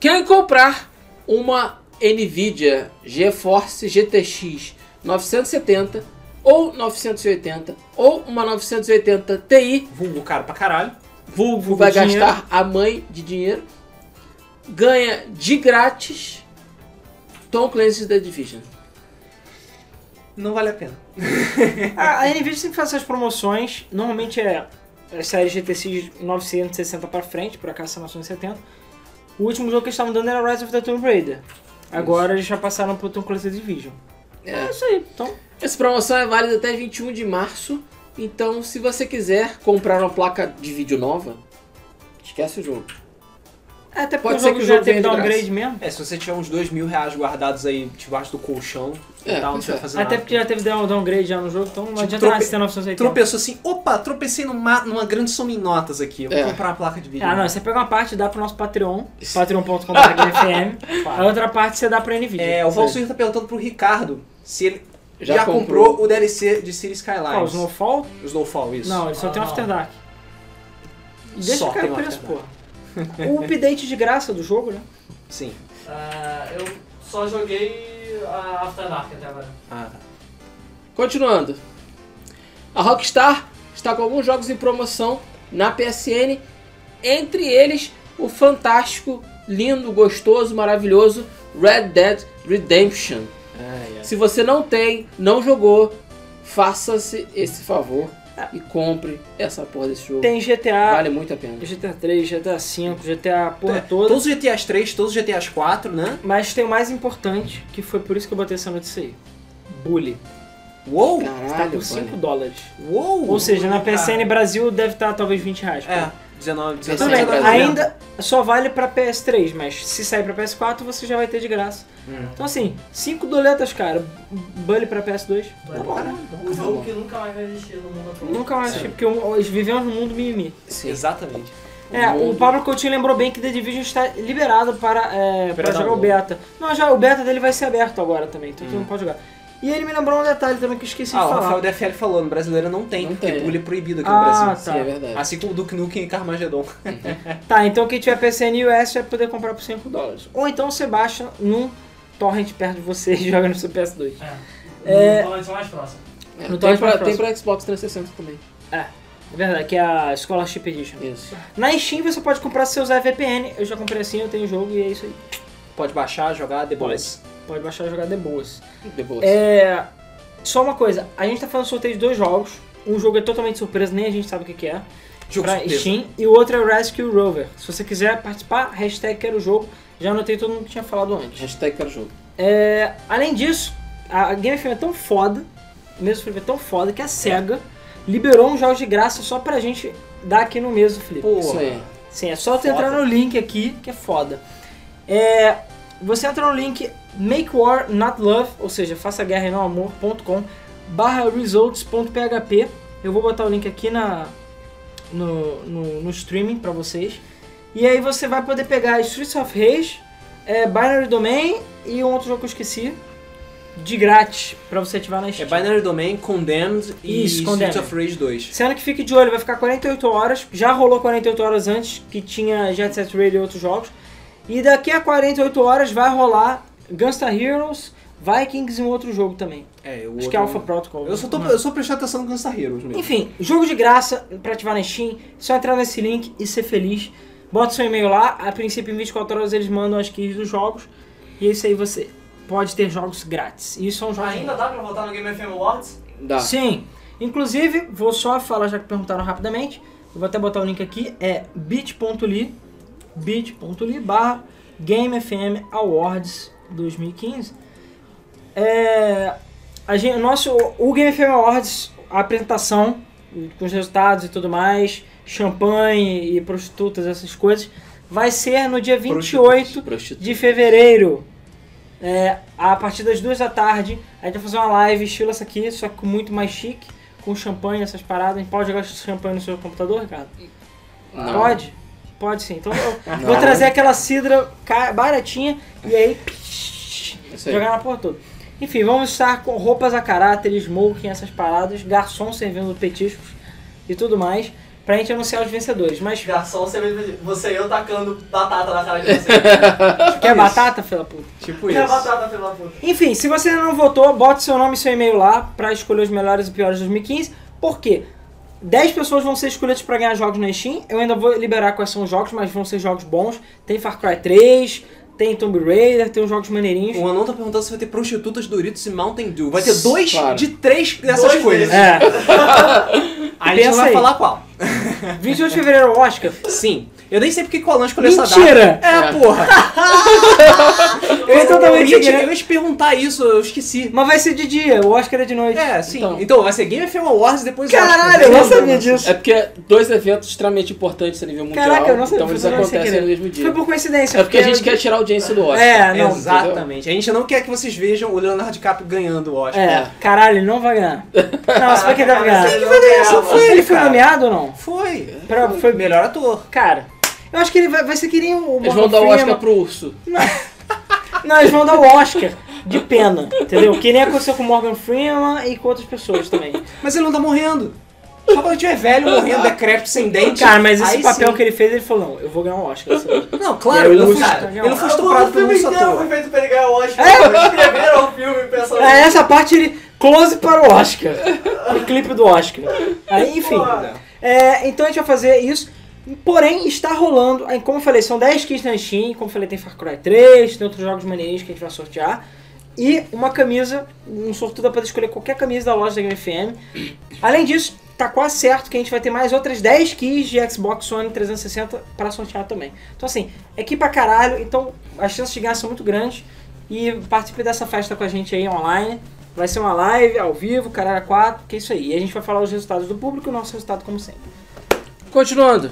Quem comprar uma Nvidia GeForce GTX 970 ou 980 ou uma 980 Ti, Vulgo, cara, pra caralho. vulgo vai dinheiro. gastar a mãe de dinheiro, ganha de grátis Tom Clancy's The Division. Não vale a pena. A, a NVIDIA sempre faz essas promoções, normalmente é a série GTX 960 pra frente, por acaso são 970. O último jogo que eles estavam dando era Rise of the Tomb Raider. Agora eles já passaram pro Tom Clancy Division. É. É isso aí, então. Essa promoção é válida até 21 de março, então se você quiser comprar uma placa de vídeo nova, esquece o jogo. É, até Pode porque o ser jogo que o já jogo teve venha de downgrade graça. um mesmo. É, se você tiver uns dois mil reais guardados aí debaixo do colchão É, e tal, não pois precisa é. fazer Até nada. porque já teve down- downgrade já no jogo, então não Tipo, adianta trope- nada se ter 980. Tropeçou assim, opa, tropecei numa, numa grande soma em notas aqui. Eu vou É. comprar uma placa de vídeo. Ah, não, você pega uma parte e dá pro nosso Patreon, patreon.com.br, a outra parte você dá pra NVIDIA. É, o Valsir tá perguntando pro Ricardo se ele já, Já comprou. comprou. o DLC de Cities Skylines. Qual, o Snowfall? O Snowfall, isso. Ah, Não, ele só tem o After Dark. Deixa Só o cara tem o preso, After porra. O update de graça do jogo, né? Sim. Ah, eu só joguei a After Dark até agora. Ah, tá. Continuando. A Rockstar está com alguns jogos em promoção na PSN, entre eles o fantástico, lindo, gostoso, maravilhoso Red Dead Redemption. É, Se você não tem, não jogou, faça-se esse favor e compre essa porra desse jogo. Tem GTA, Vale muito a pena. GTA 3, GTA 5, GTA a porra toda. Todos os GTAs 3, todos os GTAs 4, né? Mas tem o mais importante, que foi por isso que eu botei essa notícia aí. Bully. Uou! Está Caralho, por 5 dólares. Uou! Ou seja, na Uh, Cara, PCN Brasil deve estar talvez 20 reais. cara. É, 19, 19. Tudo PCN bem, Brasil. ainda só vale pra PS3, mas se sair pra PS4 você já vai ter de graça. Hum. Então assim, 5 doletas, cara. Bully pra PS2. Tá bom, Um jogo que nunca mais vai existir no mundo atual. Nunca mais assisti, porque eu- eu- vivemos num mundo mimimi. Sim. Exatamente. É, Um o mundo- Pablo Coutinho lembrou bem que The Division está liberado para, é, para Para jogar o download. beta. Não, já, o beta dele vai ser aberto agora também, então todo mundo pode jogar. E ele me lembrou um detalhe também que eu esqueci Hum. Ah, de o falar. Rafael DFL falou, no brasileiro não tem, Não porque tem. bullying é proibido aqui Ah, no Brasil. tá. Sim, é verdade. Assim como o Duke Nukem e Carmageddon. Tá, então quem tiver PCN US vai poder comprar por 5 dólares. Ou então você baixa num torrent perto de você e joga no seu PS2. É. É. Então, mais próximo. É, no tem, Torrent mais pra, tem pra Xbox 360 também. É verdade, que é a Scholarship Edition. Isso. Na Steam você pode comprar se você usar VPN. Eu já comprei assim, eu tenho jogo e é isso aí. Pode baixar, jogar, depois. Pode baixar e jogar de boas. Devolve. É. Só uma coisa, a gente tá fazendo sorteio de dois jogos. Um jogo é totalmente surpresa, nem a gente sabe o que que é. Jogo pra surpresa. Steam. E o outro é Rescue Rover. Se você quiser participar, hashtag quero o jogo. Já anotei todo mundo que tinha falado antes. Hashtag quero jogo. É, além disso, a Game FM é tão foda, mesmo Felipe é tão foda, que a SEGA É. liberou um jogo de graça só pra gente dar aqui no mesmo, Felipe. Pô, Isso aí. Sim, é só você Foda. entrar no link aqui, que é foda. É, você entra no link make war not love, ou seja, faça guerra e não amor.com barra results.php. Eu vou botar o link aqui na, no, no, no streaming pra vocês. E aí você vai poder pegar Streets of Rage, é, Binary Domain e um outro jogo que eu esqueci, de grátis, pra você ativar na É Steam. Binary Domain, Condemned e Isso, Streets Condemned. of Rage 2. Sendo que fique de olho, vai ficar 48 horas. Já rolou 48 horas antes, que tinha Jet Set Radio e outros jogos. E daqui a 48 horas vai rolar Gunstar Heroes, Vikings e um outro jogo também. É, o Acho que é Alpha Protocol. Eu só tô, Não. eu só prestando atenção no Gunstar Heroes mesmo. Enfim, jogo de graça pra ativar na Steam. Só entrar nesse link e ser feliz. Bota seu e-mail lá. A princípio, em 24 horas eles mandam as keys dos jogos. E é isso aí você pode ter jogos grátis. E isso são jogos Ainda dá pra votar no Game FM Awards? Dá. Sim. Inclusive, vou só falar, já que perguntaram rapidamente, eu vou até botar o link aqui, é bit.ly, bit.ly barra Game FM Awards 2015. É, a gente, o nosso, o Game FM Awards, a apresentação, com os resultados e tudo mais, champanhe e prostitutas, essas coisas, vai ser no dia 28 Prostituta. de fevereiro. É, a partir das duas da tarde, a gente vai fazer uma live estilo essa aqui, só que com muito mais chique, com champanhe, essas paradas. A gente pode jogar champanhe no seu computador, Ricardo? Não. Pode? Pode sim. Então eu Não. vou trazer aquela cidra ca- baratinha e aí Isso aí. jogar na porra toda. Enfim, vamos estar com roupas a caráter, smoking, essas paradas, garçom servindo petiscos e tudo mais, pra gente anunciar os vencedores. Mas Garçom, você, mesmo- você e eu tacando batata na cara de você. é quer isso. batata, filha da puta? Tipo Quer isso. batata, pela puta. Enfim, se você ainda não votou, bote seu nome e seu e-mail lá pra escolher os melhores e piores de 2015. Por quê? 10 pessoas vão ser escolhidas pra ganhar jogos na Steam. Eu ainda vou liberar quais são os jogos, mas vão ser jogos bons. Tem Far Cry 3, tem Tomb Raider, tem uns jogos maneirinhos. O Anon tá perguntando se vai ter prostitutas, Doritos e Mountain Dew. Vai ter dois Claro. de três dessas Dois coisas. desses. É. A gente não Pensa vai aí. falar qual. 28 de fevereiro, Oscar. Sim. Eu nem sei porque que o Alan escolheu essa data. é. Mentira! É, É. porra. Eu Eu, totalmente eu, ia, ignorante. eu ia te perguntar isso, eu esqueci. Mas vai ser de dia, o Oscar é de noite. É, sim. Então, Então. vai ser Game FM Awards e depois... Caralho, eu não sabia disso. É porque dois eventos extremamente importantes a nível mundial. Caraca, eu não sabia. Então eles eu não sei acontecem querer. no mesmo dia. Foi por coincidência. É porque a gente eu- quer tirar a audiência do Oscar. É, não. Exatamente. A gente não quer que vocês vejam o Leonardo DiCaprio ganhando o Oscar. É, caralho, ele não vai ganhar. Não, se vai que ele deve ganhar. Quem que vai ganhar? Só Foi Ele foi cara. nomeado ou não? Foi. Pra- foi. foi- melhor ator. Cara, eu acho que ele vai, vai ser que nem o Eles Morgan vão dar o Freeman. Oscar pro urso. Não, eles vão dar o Oscar de pena, entendeu? Que nem aconteceu com o Morgan Freeman e com outras pessoas também. Mas ele não tá morrendo. Só quando tiver velho, morrendo, decrépito, sem dente. Cara, mas esse aí papel sim. que ele fez, ele falou, não, eu vou ganhar um Oscar. essa vez." Não, E aí claro, o ele não, Lúcio foi, tá ele não foi Ah, estuprado pelo o filme urso inteiro ator. foi feito pra ele ganhar o Oscar. Escreveram o filme pensando... Aí É, essa parte ele close para o Oscar. O clipe do Oscar. Aí, enfim. Porra. É, então a gente vai fazer isso. Porém, está rolando, aí, como eu falei, são 10 kits na Steam, como eu falei, tem Far Cry 3, tem outros jogos maneiros que a gente vai sortear. E uma camisa, um sortudo para escolher qualquer camisa da loja da Game FM. Além disso, tá quase certo que a gente vai ter mais outras 10 keys de Xbox One 360 para sortear também. Então assim, é aqui pra caralho, então as chances de ganhar são muito grandes. E participe dessa festa com a gente aí online. Vai ser uma live ao vivo, caralho a quatro, que é isso aí. E a gente vai falar os resultados do público e o nosso resultado como sempre. Continuando.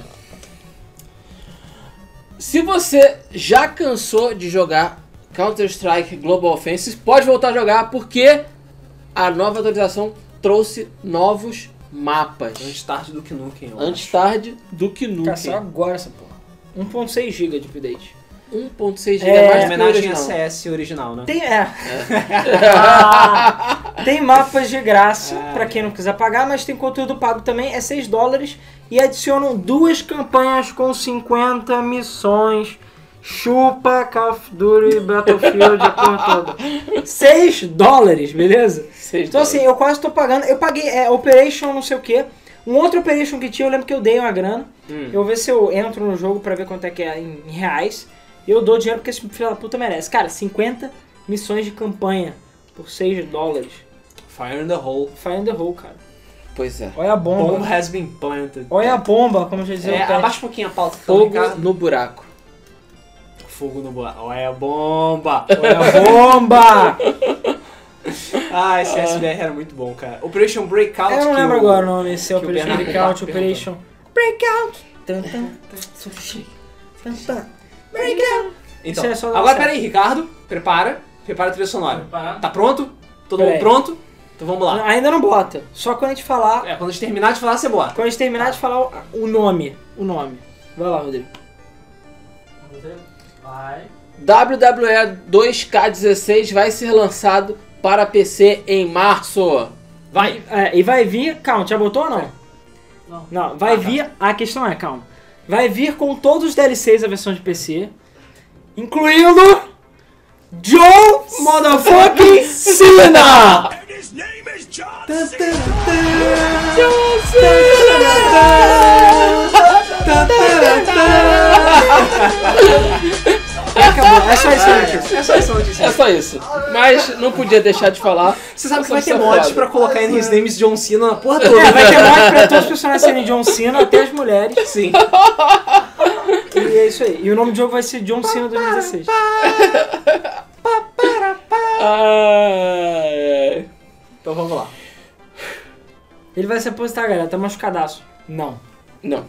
Se você já cansou de jogar Counter-Strike Global Offensive, pode voltar a jogar porque a nova atualização trouxe novos mapas. Antes tarde do que nunca, hein? eu Antes tarde do que Cara, nunca. saiu agora essa porra. 1.6 GB de update. 1.6 GB acho. É, é Em mais do que o homenagem a original. CS original, né? Tem, é. Ah, tem mapas de graça Ah, pra quem não quiser pagar, mas tem conteúdo pago também, é 6 dólares. E adicionam duas campanhas com 50 missões. Chupa Call of Duty, Battlefield, a porra toda. 6 dólares, beleza? Seis Então assim, eu quase tô pagando. Eu paguei é, Operation não sei o que. Um outro Operation que tinha, eu lembro que eu dei uma grana. Hum. Eu vou ver se eu entro no jogo pra ver quanto é que é em reais. E eu dou dinheiro porque esse filho da puta merece. Cara, 50 missões de campanha por 6 dólares. Fire in the hole. Fire in the hole, cara. Pois é. Olha a bomba. Bomb has been planted. Olha a bomba, como já dizia É, o Pet. abaixa um pouquinho a pauta, então, Fogo Ricardo. no buraco. Fogo no buraco. Olha a bomba! Olha É a bomba! Ah, esse SBR era muito bom, cara. Operation Breakout. eu não que lembro o- agora o nome, se é que o Operation Bernardo Breakout, tá Operation... Breakout! Tan, tan, tan, tan. Breakout! Então, Isso é só lançar. agora peraí, Ricardo. Prepara. Prepara a trilha sonora. Tá pronto? Todo Peraí. mundo pronto? Então vamos lá. Ainda não bota. Só quando a gente falar... É, quando a gente terminar de falar, você bota. Quando a gente terminar de falar o o nome. O nome. Vai lá, Rodrigo. Vai. WWE 2K16 vai ser lançado para PC em março. Vai! É, e vai vir. Calma, já botou ou não? Não. Não, vai Ah, tá. vir. A questão é, calma. Vai vir com todos os DLCs da versão de PC, incluindo. Joe Motherfucking Cena! E acabou, é só isso aí, gente. É só isso, notícia. É só isso. Mas não podia deixar de falar. Você sabe que Só vai ter safado. mods pra Ah, colocar em His Name's John Cena na porra toda. É, vai ter mod pra todos os personagens serem John Cena, até as mulheres. Sim. E é isso aí. E o nome do jogo vai ser John Cena 2016. Ai, ai. Então vamos lá. Ele vai se aposentar, galera. Tá machucadaço. Não. Não.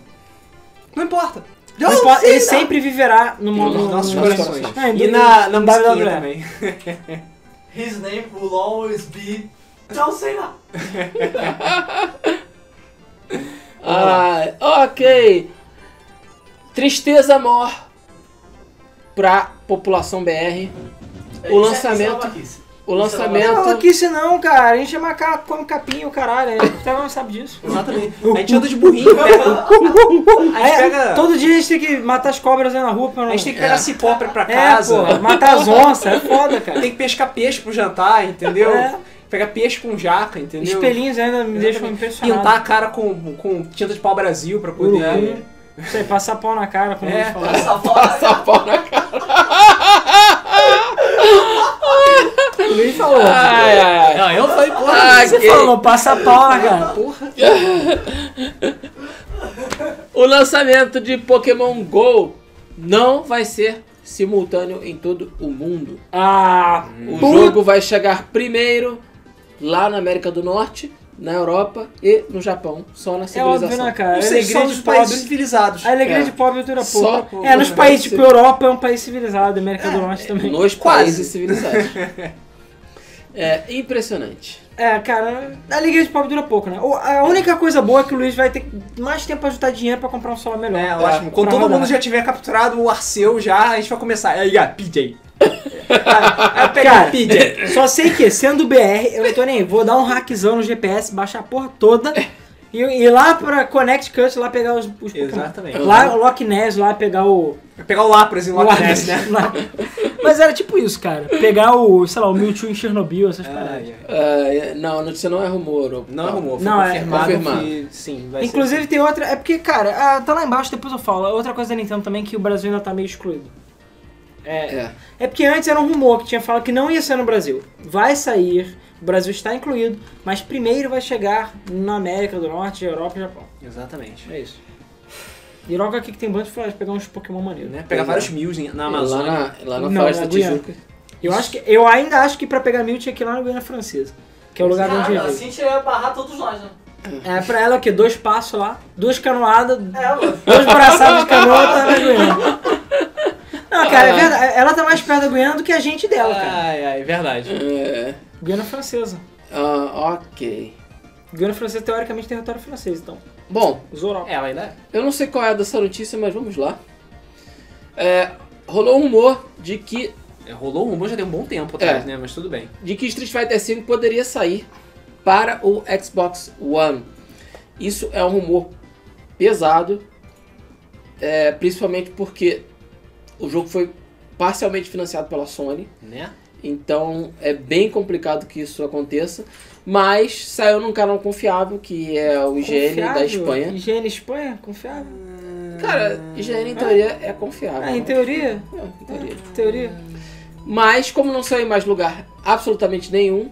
Não importa. Ele po- ele sempre viverá no mundo Nos dos nossos corações. É, E do- na, na do musiquinha WWE. também. His name will always be. então John Cena. Ai, ok. Tristeza mor pra população BR. O é lançamento- O Não, lançamento. aqui se não, cara. A gente é macaco, come capim, o caralho. A gente não sabe disso. Exatamente. A gente anda de burrinho, pega, a gente É, pega... Todo dia a gente tem que matar as cobras aí na rua pra não. A gente tem que pegar cipó pra ir pra É, casa. porra, matar as onças, é foda, cara. Tem que pescar peixe pro jantar, entendeu? É. Pegar peixe com jaca, entendeu? Espelhinhos ainda me deixam Pintar impressionado. a cara com, com tinta de pau Brasil pra poder. Uhum. Não sei, passar pau na cara, como né? É. eles falam. Essa foto. Pau na cara. O Luiz falou. Ah, Ai, ai, ai. Não, eu falei, porra, Ah, Você ok. falou, passar pau na cara. porra. O lançamento de Pokémon GO não vai ser simultâneo em todo o mundo. Ah, O puta. jogo vai chegar primeiro lá na América do Norte, na Europa e no Japão, só na É óbvio, civilização. né, cara? Ou A seja, alegria somos de os países pobre. civilizados. A alegria É. de pobre dura Só pouco. É, nos pobre. países, tipo, Europa é um país civilizado, América do Norte também. Nos Quase. países civilizados. É impressionante. É, cara, a alegria de pobre dura pouco, né? O- A única coisa boa é que o Luiz vai ter mais tempo pra juntar dinheiro pra comprar um celular melhor. É, ótimo. Quando Pra todo rodar. mundo já tiver capturado o Arceu, já a gente vai começar. Aí, ó, PJ. Aí, aí, pega Cara. o PJ. Só sei que, sendo BR, eu não tô nem aí. Vou dar um hackzão no GPS, baixar a porra toda E, e lá pra Connecticut, lá pegar os, os Pokémon. Exatamente. Lá o Loch Ness, lá pegar o... Vai pegar o Lapras em o Loch Loch Ness, né? lá. é. Mas era tipo isso, cara. Pegar o, sei lá, o Mewtwo em Chernobyl, essas paradas. Ai, ai. Ah, não, a notícia não é rumor. Não arrumou, foi Não, é confirmado, confirmado. que sim, vai Inclusive tem outra... É porque, cara, ah, tá lá embaixo, depois eu falo. É Outra coisa da Nintendo também que o Brasil ainda tá meio excluído. É. É porque antes era um rumor que tinha falado que não ia ser no Brasil. Vai sair, o Brasil está incluído, mas primeiro vai chegar na América do Norte, Europa e Japão. ser. Exatamente. É isso. E logo aqui que tem um Bunch vai pegar uns Pokémon maneiros, Né? né? Pegar Pois vários é. mills em- na Lá Amazônia. na, lá na Não, Floresta na da Tijuca. Eu, acho que, eu ainda acho que pra pegar Mil tinha que ir lá na Guiana Francesa, que é o lugar de onde Cara, ele veio. assim ia barrar todos nós, né? É pra ela o quê? Dois passos lá, duas canoadas, É, mano. dois braçados de canoa, tá na Guiana. Não, cara, é verdade. Ela tá mais perto da Guiana do que a gente dela, cara. Ai, ai, verdade. É. Guiana Francesa. Ah, ok. Guiana Francesa, teoricamente, é território francês, então. Bom, Os Europa. Ela ainda é. eu não sei qual é dessa notícia, mas vamos lá. É, rolou um rumor de que, É, Rolou um rumor já tem um bom tempo atrás, É. né? Mas tudo bem. de que Street Fighter V poderia sair para o Xbox One. Isso é um rumor pesado, é, principalmente porque o jogo foi parcialmente financiado pela Sony. Né? Então é bem complicado que isso aconteça. Mas saiu num canal confiável, que é o IGN da Confiável? Espanha. IGN Espanha? Confiável? Cara, IGN em teoria é confiável. Ah, em teoria? É, em teoria. Em teoria? Mas como não saiu em mais lugar absolutamente nenhum,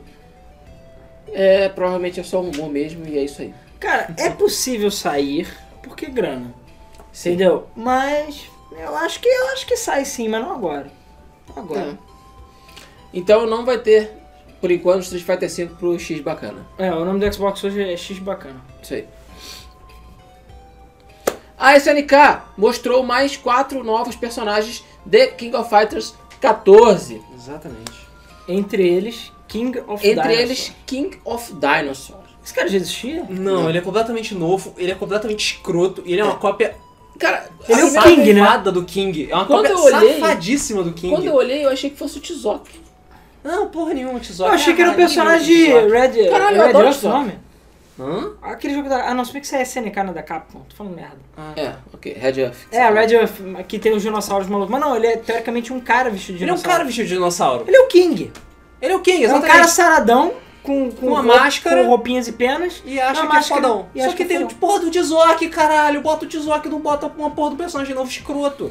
é, provavelmente é só um rumor mesmo e é isso aí. Cara, é possível sair, porque grana. Entendeu? Mas eu acho que eu acho que sai sim, mas não agora. Não agora. É. Então não vai ter, por enquanto, Street Fighter V pro X bacana. É. o nome do Xbox hoje é X bacana. Isso aí. A SNK mostrou mais quatro novos personagens de King of Fighters 14. Exatamente. Entre eles, King of Entre Dinosaur. eles, King of Dinosaur. Esse cara já existia? Não, ele é completamente novo, ele é completamente escroto, e ele é uma cópia Cara, assim, Ele é o a- King, né? safada do King. É uma Quando cópia eu olhei- safadíssima do King. quando eu olhei, eu achei que fosse o Tizoc. Não, porra nenhuma, Ah, tesouro. Eu achei que era um é personagem de Red. Caralho, eu Red adoro Earth, isso. o nome? Hã? Aquele jogo da. Ah, não, se bem que isso é SNK, né? Da Capcom. Tô falando merda. É, ok, Red Earth. Ah. É, a Red Earth, que tem os dinossauros malucos. Mas não, ele é teoricamente um cara vestido de Ele é um cara dinossauro. vestido de dinossauro. Ele é o King. Ele é o King, É um exatamente. cara saradão, com, com, Com uma roupa- máscara. com roupinhas e penas. E acha Não, que é máscara. fodão. E Só que, acha que é tem o fodão. porra do Tizoc, caralho. Bota o Tizoc, não bota uma porra do personagem novo escroto.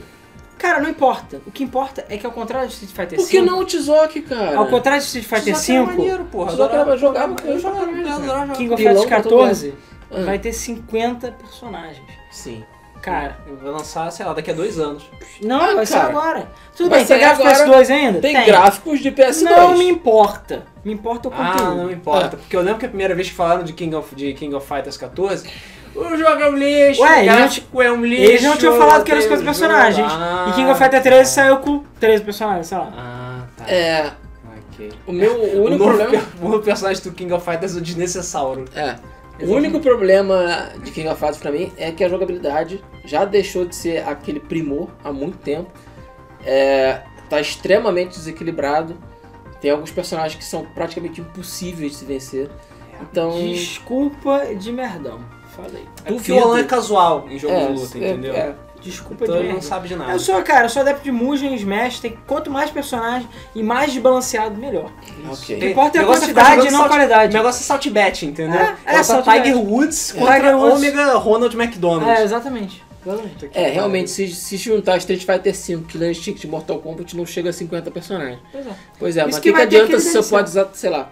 Cara, não importa. O que importa é que ao contrário do Street Fighter Por que V, não o Tizoc, cara? Ao contrário do Street Fighter Tizoc era V, é maneiro, né? porra. Tizoc Adorava- era- jogava- eu jogava, eu jogava- né? adorava jogar. King of Pilão Fighters pra todo 14 Ah, vai ter 50 personagens. Sim. Cara, Vai lançar, sei lá, daqui a dois anos. não, Ah, vai ser cara. agora. Tudo Vai bem, tem sair gráfico agora. PS2 ainda? tem gráficos de PS2. Não me importa. Me importa o conteúdo. Ah, não importa. Porque eu lembro que a primeira vez que falaram de King of, de King of Fighters 14, o jogo é um lixo, Ué, o eles não gráfico é um lixo. Eles não tinham falado que eram os odeio 50 o jogo. personagens. Ah, E King of Fighters 13 saiu com 13 personagens, sei lá. Ah, tá. É, Ok. o meu o único novo problema. per- o novo personagem do King of Fighters, o desnecessauro. É. O único problema de King of Fighters pra mim é que a jogabilidade já deixou de ser aquele primor há muito tempo. É, tá extremamente desequilibrado. Tem alguns personagens que são praticamente impossíveis de se vencer. Então, Desculpa de merdão. Falei. É porque Duvido. o Alan é casual em jogo é, de luta, é, entendeu? é. Desculpa Então de ele não merdão. sabe de nada. Eu sou, cara, eu sou adepto de Mugen e Smash. Tem quanto mais personagem e mais desbalanceado, melhor. Ok. O que importa é a Negócio é ficar quantidade jogando e não a salt- O qualidade. negócio é Saltbet, entendeu? É, é Bota Saltbet. Tiger Woods É. contra Tiger Woods. Omega Ronald McDonald. É, exatamente. Exatamente. É, realmente, se, se juntar Street Fighter V, Killer Instinct, Mortal Kombat, não chega a 50 personagens. Pois é. Pois é, Isso mas o que que, que vai ter adianta aquele se você DLC. pode usar, sei lá,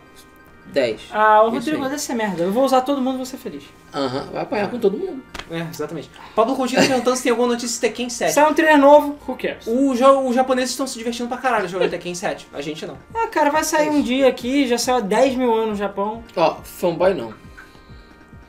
10? Ah, o Isso Rodrigo, aí. deve ser merda. Eu vou usar todo mundo e vou ser feliz. Aham, vai apanhar com todo mundo. É, exatamente. Pablo Coutinho perguntando se tem alguma notícia de Tekken 7. Sai um trailer novo, who cares? O jo- os japoneses estão se divertindo pra caralho jogando Tekken 7. A gente não. Ah, cara, vai sair um dia aqui, já saiu há 10 mil anos no Japão. Ó, fanboy não.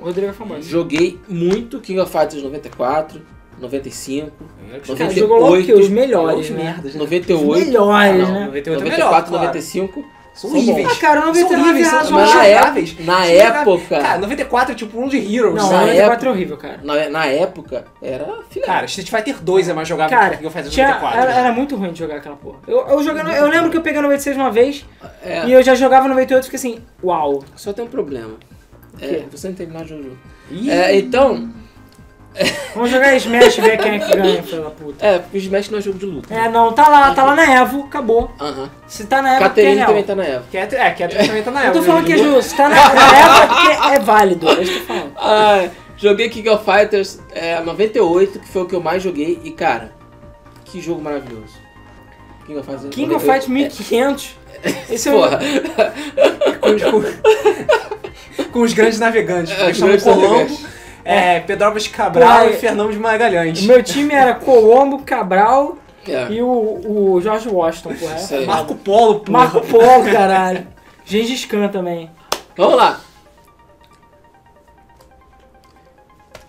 O Rodrigo é fanboy. Joguei muito King of Fighters 94, 95, Cara, 98, jogou logo o quê? Os melhores, Os né? merdas, né? 98. Os melhores, né? 98 é melhor, 94, claro. 95. São São horríveis. bons. Ah, cara, o São 99 é horríveis, são Mas na razoável. horríveis. jogáveis. época, na São jogáveis. época, Cara, 94 é tipo um de Heroes. Não, o Na 94 época- é horrível, cara. na, na época, era Cara, filé. Street Fighter 2 é mais jogável Cara, que o Fighter tinha- 94. era, era muito ruim de jogar aquela porra. Eu, eu, joguei no- eu lembro que eu peguei 96 uma vez É. e eu já jogava 98 e fiquei assim, uau. Só tem um problema. É, quê? você não terminar o jogo. junto. Ih, É, então, Vamos jogar Smash e ver quem é que ganha, filha da puta. é, porque Smash não é jogo de luta. É, não, tá lá, tá lá na Evo, acabou. Aham. Se tá na Evo, porque é Caterine real. também tá na Eva. Catherine- é, Catherine também tá na Eu época. tô falando que é justo, se tá na, na Evo é porque é válido, é isso que eu tô falando. Ah, joguei King of Fighters é, 98, que foi o que eu mais joguei, e cara, que jogo maravilhoso. King of Fighters. King of 98, Fight 1500, esse é o... Porra, com, com os grandes navegantes. É, É, Gustavo grandes Colombo, navegantes. é, Pedro Cabral Pô, é- e Fernando de Magalhães. O meu time era Colombo, Cabral é. e o, o George Washington, porra. Isso aí. Marco Polo, porra. Marco Polo, caralho. Gengis Khan também. Vamos lá.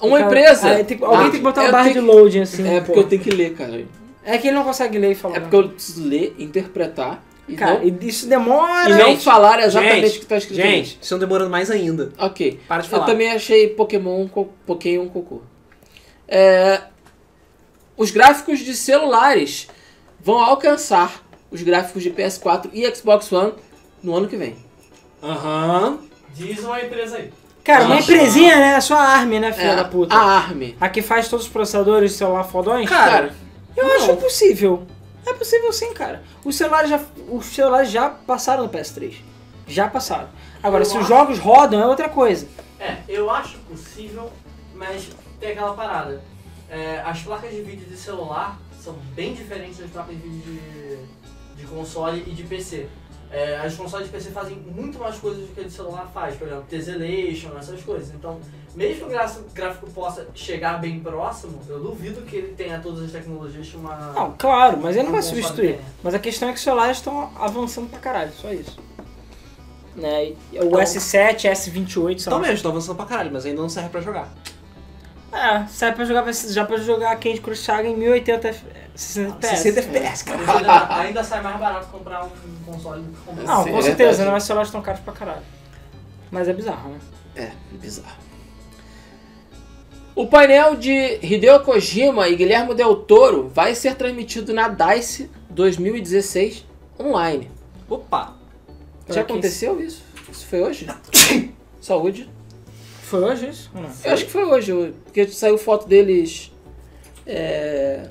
Uma Cara, empresa. aí tem- alguém Ah, tem que botar eu uma barra de tenho loading que- assim. É porque pô. eu tenho que ler, cara. É que ele não consegue ler e falar. né? É porque eu preciso ler, interpretar e, Cara, não, e isso demora. e não gente, falar exatamente gente, o que tá escrito ali. Gente, estão demorando mais ainda. Ok. Para de Eu falar. também achei Pokémon um co- Pokémon um cocô. É, os gráficos de celulares vão alcançar os gráficos de PS4 e Xbox One no ano que vem. Aham. Diz uma empresa aí. Cara, uma Nossa. empresinha, né? É só a Arm, né, filha É, da puta? A ARM. A que faz todos os processadores de celular fodões? Cara, eu não. acho possível. É possível sim, cara. Os celulares já, os celulares já passaram no PS3. Já passaram. Agora, Eu se os acho. jogos rodam, é outra coisa. É, eu acho possível, mas tem aquela parada. É, as placas de vídeo de celular são bem diferentes das placas de vídeo de, de console e de PC. É, as consoles de PC fazem muito mais coisas do que a de celular faz, por exemplo, Tessellation, essas coisas. Então, mesmo que o gra- gráfico possa chegar bem próximo, eu duvido que ele tenha todas as tecnologias que uma. Não, claro, mas ele não Um vai console substituir. tem, né? Mas a questão é que os celulares estão avançando pra caralho, só isso. Né? e O Então- S7, S28 são. então mesmo, estão avançando pra caralho, mas ainda não serve pra jogar. É, sai pra jogar, já pra jogar Candy Crush Saga em 1080 F- 60 60 60 FPS. FPS, cara. Mas ainda, ainda sai mais barato comprar um console do que comprar um Não, Sim, com é certeza, verdade. né? mas os celulares estão caros pra caralho. Mas é bizarro, né? É, bizarro. O painel de Hideo Kojima e Guilherme Del Toro vai ser transmitido na DICE 2016 online. Opa. Já Pra quem- aconteceu isso? Isso foi hoje? Saúde. Foi hoje isso? Ou não? Eu acho que foi hoje, eu- porque saiu foto deles é,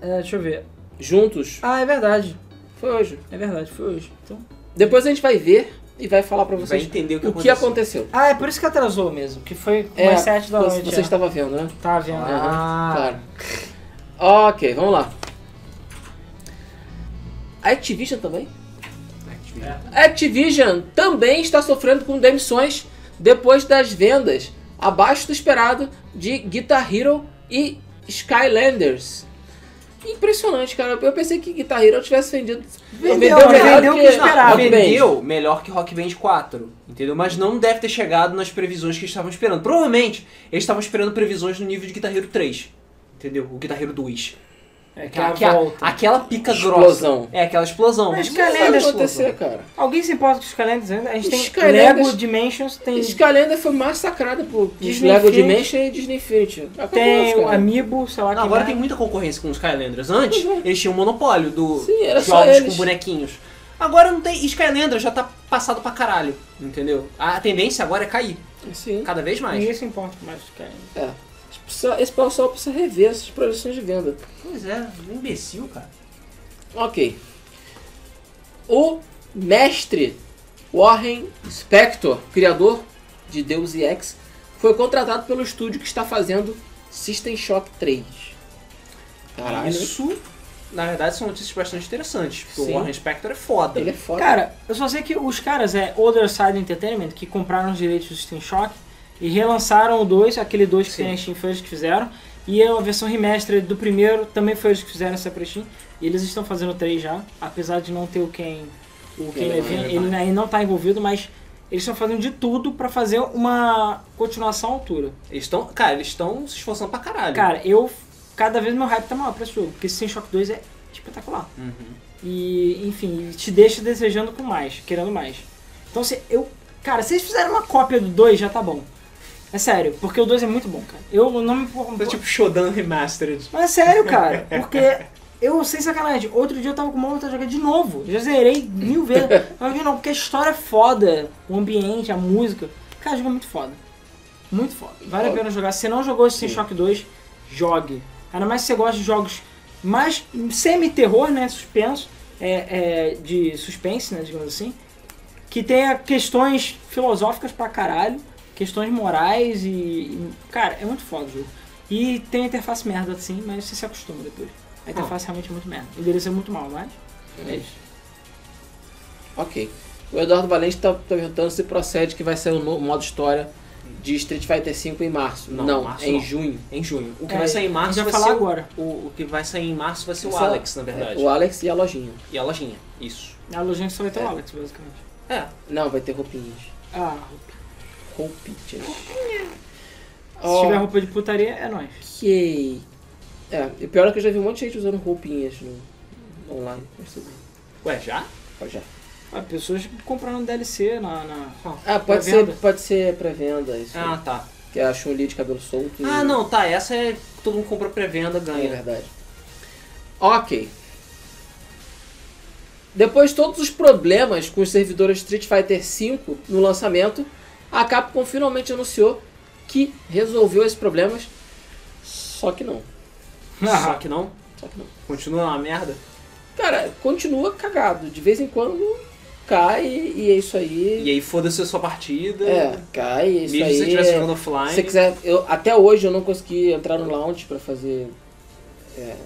É, deixa eu ver. juntos. Ah, é verdade. Foi hoje. É verdade, foi hoje. Então... Depois a gente vai ver e vai falar pra Vai vocês entender o que o que aconteceu. aconteceu. Ah, é por isso que atrasou mesmo, que foi É, umas 7 da você noite. você é. estava vendo, né? Tá vendo? Ah. Claro. Ok, vamos lá. A Activision também? A Activision também está sofrendo com demissões depois das vendas abaixo do esperado de Guitar Hero e Skylanders. Impressionante, cara. Eu pensei que Guitar Hero tivesse vendido. Vendeu, melhor né? Vendeu o que esperava. Então, Rock Band. Vendeu melhor que Rock Band 4, entendeu? Mas não deve ter chegado nas previsões que estavam esperando. Provavelmente, eles estavam esperando previsões no nível de Guitar Hero 3, entendeu? O Guitar Hero 2. É que é a Aquela, volta. aquela pica Explosão. grossa. É, aquela explosão. Mas, Não cara, vai Skylanders, acontecer, cara. Alguém se importa com os Skylanders ainda? A gente tem Skylanders- Lego Dimensions, tem, Skylander foi massacrada por Disney Lego Infinity. Dimension e Disney Infinity. Acabou, tem o cara. Amiibo, sei lá Não, que agora mais. tem muita concorrência com os Skylanders. Antes, Pois eles tinham o monopólio do Sim, era só jogos com eles. bonequinhos. Agora não tem. Skylanders já tá passado pra caralho, entendeu? A tendência agora é cair, Sim. cada vez mais. Ninguém se importa mais com Skylanders. É. Precisa- Esse pessoal precisa rever essas projeções de venda. Pois é, um imbecil, cara. Ok. O mestre Warren Spector, criador de Deus e Ex, foi contratado pelo estúdio que está fazendo System Shock 3. Caralho. Isso, na verdade, são notícias bastante interessantes. Porque Sim. o Warren Spector é foda. Ele é foda. Cara, eu só sei que os caras é Other Side Entertainment, que compraram os direitos do Steam Shock e relançaram o 2, aquele 2 que Sim. tem a Steam foi eles que fizeram. E a versão remaster do primeiro também foi eles que fizeram essa pra Steam. E eles estão fazendo o 3 já, apesar de não ter o Ken, o Ken Ele não Levine, vai. ele ainda não tá envolvido, mas eles estão fazendo de tudo pra fazer uma continuação à altura. Eles estão. Cara, eles estão se esforçando pra caralho. Cara, eu. Cada vez meu hype tá maior pra esse jogo, porque Steam Shock 2 é espetacular. Uhum. E, enfim, te deixa desejando com mais, querendo mais. Então, se eu. Cara, se eles fizerem uma cópia do 2, já tá bom. É sério, porque o 2 é muito bom, cara. Eu não me importo. Tipo Shodan Remastered. Mas é sério, cara, porque. Eu, sem sacanagem, outro dia eu tava com uma outra jogando de novo. Já zerei mil vezes. Mas de novo, porque a história é foda. O ambiente, a música. Cara, o jogo é muito foda. Muito foda. Vale a Foda. pena jogar. Se não jogou esse System Shock 2, jogue. Ainda mais se você gosta de jogos mais semi-terror, né? Suspenso. É, é, de suspense, né? Digamos assim. Que tenha questões filosóficas pra caralho. Questões morais e... e, Cara, é muito foda o jogo. E tem uma interface merda, assim, mas você se acostuma depois. A interface realmente é muito merda. O endereço é muito mal, mas... É isso. Ok. O Eduardo Valente tá, tá perguntando se procede que vai sair o no- modo história de Street Fighter V em março. Não, Não, março é em não. junho. Em junho. O que É, vai sair em A gente março vai vai falar ser o- agora. o, o que vai sair em março vai ser o Essa- Alex, na verdade. O Alex e a lojinha. E a lojinha. Isso. A lojinha só vai ter É. o Alex, basicamente. É. Não, vai ter roupinhas. Ah, Roupinhas. se tiver roupa de putaria, é nóis. Ok. É, e pior é que eu já vi um monte de gente usando roupinhas no, online. Mas tudo bem. Ué, já? Pode já. Ah, pessoas comprando DLC na. na- Ah, pode Pré-venda. ser, pode ser pré-venda, isso. Ah, tá. Que é a Chun-Li de cabelo solto. e- Ah, não, tá. Essa é. Todo mundo compra pré-venda, É ganha. verdade. Ok. Depois de todos os problemas com os servidores Street Fighter V no lançamento, a Capcom finalmente anunciou que resolveu esses problemas. Só que não. É. Só que não. Só que não. Continua uma merda. Cara, continua cagado. De vez em quando cai e é isso aí. E aí foda-se a sua partida. É, cai e é isso Mesmo se você estivesse aí. jogando offline. Se você quiser, eu, até hoje eu não consegui entrar no lounge pra fazer. é,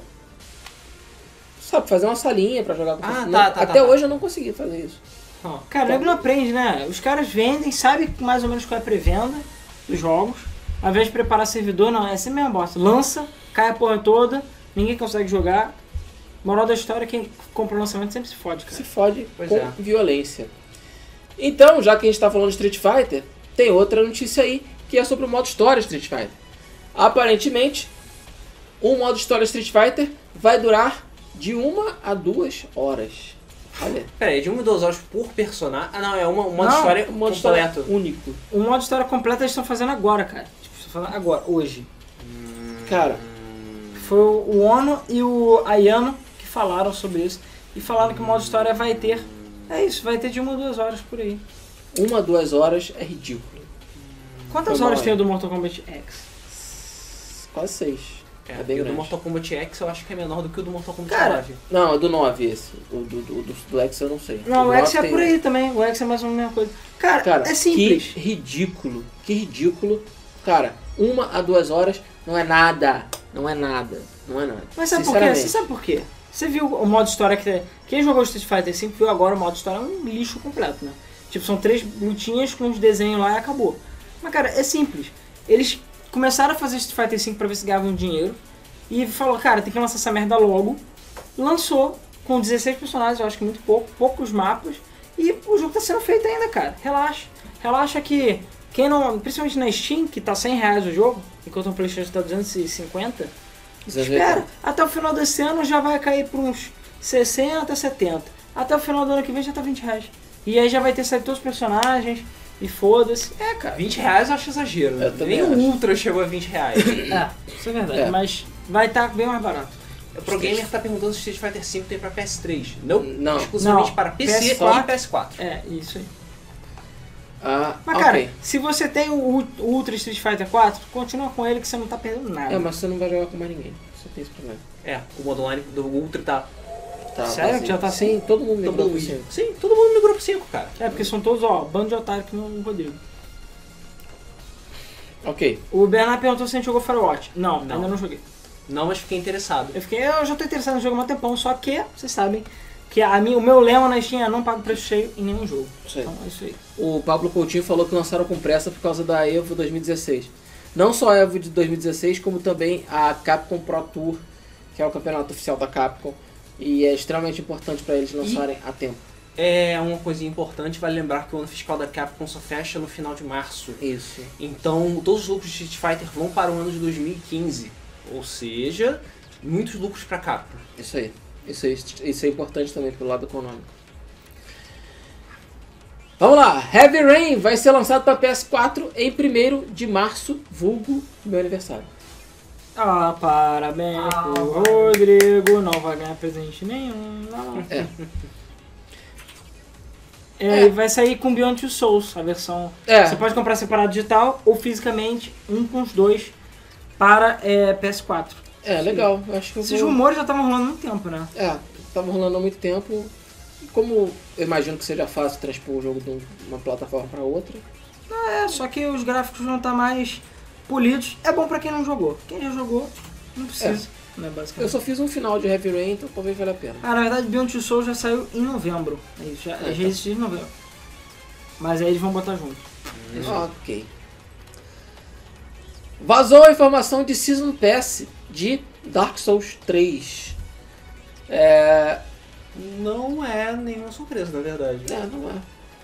sabe, fazer uma salinha pra jogar com Ah, pessoas. tá, Não, tá, tá, Até tá. hoje eu não consegui fazer isso. Ó, Cara, o nego não aprende, né? Os caras vendem, sabe mais ou menos qual é a pré-venda dos jogos. Ao invés de preparar servidor, não, é assim mesmo bosta. Lança, cai a porra toda, ninguém consegue jogar. Moral da história, é quem compra o lançamento sempre se fode, Se cara. fode Pois com é. violência. Então, já que a gente tá falando de Street Fighter, tem outra notícia aí que é sobre o modo história Street Fighter. Aparentemente, o modo história Street Fighter vai durar de uma a duas horas. Olha, Pera aí, de uma e duas horas por personagem. Ah, não, é uma, uma Não, história um modo história completo. único. O modo história completa eles estão fazendo agora, cara. Tipo, estão fazendo agora, hoje. Cara, Foi o Ono e o Ayano que falaram sobre isso. E falaram que o modo história vai ter. É isso, vai ter de uma ou duas horas por aí. uma a duas horas é ridículo. Quantas Foi mal, horas hein? tem o do Mortal Kombat X? Quase seis. É, É bem e o do grande. Mortal Kombat X eu acho que é menor do que o do Mortal Kombat Cara, 9. Não, é do 9 esse. O do, do, do, do X eu não sei. Não, o do X 9 é tem por um. aí também. O X é mais ou menos a mesma coisa. Cara, Cara, é simples. que ridículo. Que ridículo. Cara, uma a duas horas não é nada. Não é nada. Não é nada. Mas sabe por quê? Sinceramente. Você sabe por quê? Você viu o modo história que. Quem jogou Street Fighter V viu agora o modo história é um lixo completo, né? Tipo, são três lutinhas com uns desenhos lá e acabou. Mas, cara, é simples. Eles começaram a fazer Street Fighter V pra ver se ganhavam dinheiro. E falou, cara, tem que lançar essa merda logo. Lançou com 16 personagens, eu acho que muito pouco, poucos mapas. E o jogo tá sendo feito ainda, cara. Relaxa. Relaxa que quem não. Principalmente na Steam, que tá 100 reais o jogo, enquanto o Playstation tá 250. É. Espera, até o final desse ano já vai cair para uns 60, 70. Até o final do ano que vem já tá 20 reais. E aí já vai ter saído todos os personagens e foda-se. É, cara. 20 reais eu acho exagero. né? Eu também Nem o acho. Ultra chegou a 20 reais. É, isso é verdade. É. Mas vai estar bem mais barato. o Pro Gamer tá perguntando se Street Fighter V tem pra PS3. Não, Não. exclusivamente Não, para PC PS4. e PS4. É, isso aí. Ah, Mas ok. cara, se você tem o Ult- o Ultra Street Fighter 4, continua com ele que você não tá perdendo nada. É, mas você não vai jogar com mais ninguém. Você tem esse problema. É, o modo online do Ultra tá. Tá, Sério? vazio. Já tá assim? Sim, todo mundo me Todo deu mundo, sim, todo mundo migrou pro 5, cara. É, porque são todos, ó, bando de otário que não Rodrigo. Ok. O Bernard perguntou se a gente jogou Firewatch. Não, Não. ainda não joguei. Não, mas fiquei interessado. Eu fiquei, eu já tô interessado no jogo há um tempão, só que, vocês sabem, que a minha, o meu lema na Steam é não pago preço cheio em nenhum jogo. Isso aí. Então é isso aí. O Pablo Coutinho falou que lançaram com pressa por causa da EVO 2016. Não só a EVO de 2016, como também a Capcom Pro Tour, que é o campeonato oficial da Capcom. E é extremamente importante pra eles lançarem a tempo. É uma coisinha importante, vale lembrar que o ano fiscal da Capcom só fecha no final de março. Isso. Então, todos os lucros de Street Fighter vão para o ano de 2015. Ou seja, muitos lucros pra Capcom. Isso aí. Isso, aí, isso é importante também pelo lado econômico. Vamos lá. Heavy Rain vai ser lançado para PS4 em 1 de março, vulgo do meu aniversário. Ah, parabéns Ah. pro Rodrigo, não vai ganhar presente nenhum. Lá, lá. É. É, E vai sair com Beyond Two Souls, a versão. É. Você pode comprar separado digital ou fisicamente, um com os dois, para é, PS4. É, legal. Eu Acho que eu Esses vou... rumores já estavam rolando há muito tempo, né? É, tava rolando há muito tempo. E Como eu imagino que seja fácil transpor o jogo de um- uma plataforma pra outra. É, só que os gráficos vão estar mais polidos. É bom pra quem não jogou. Quem já jogou, não precisa, né, Eu basicamente. só fiz um final de Heavy Rain, então talvez valha a pena. Ah, na verdade, Beyond Two Souls já saiu em novembro. É isso, já, É, já existiu em novembro. Mas aí eles vão botar junto. Ok. Vazou a informação de Season Pass de Dark Souls 3. É. Não é nenhuma surpresa, na verdade. É, não é.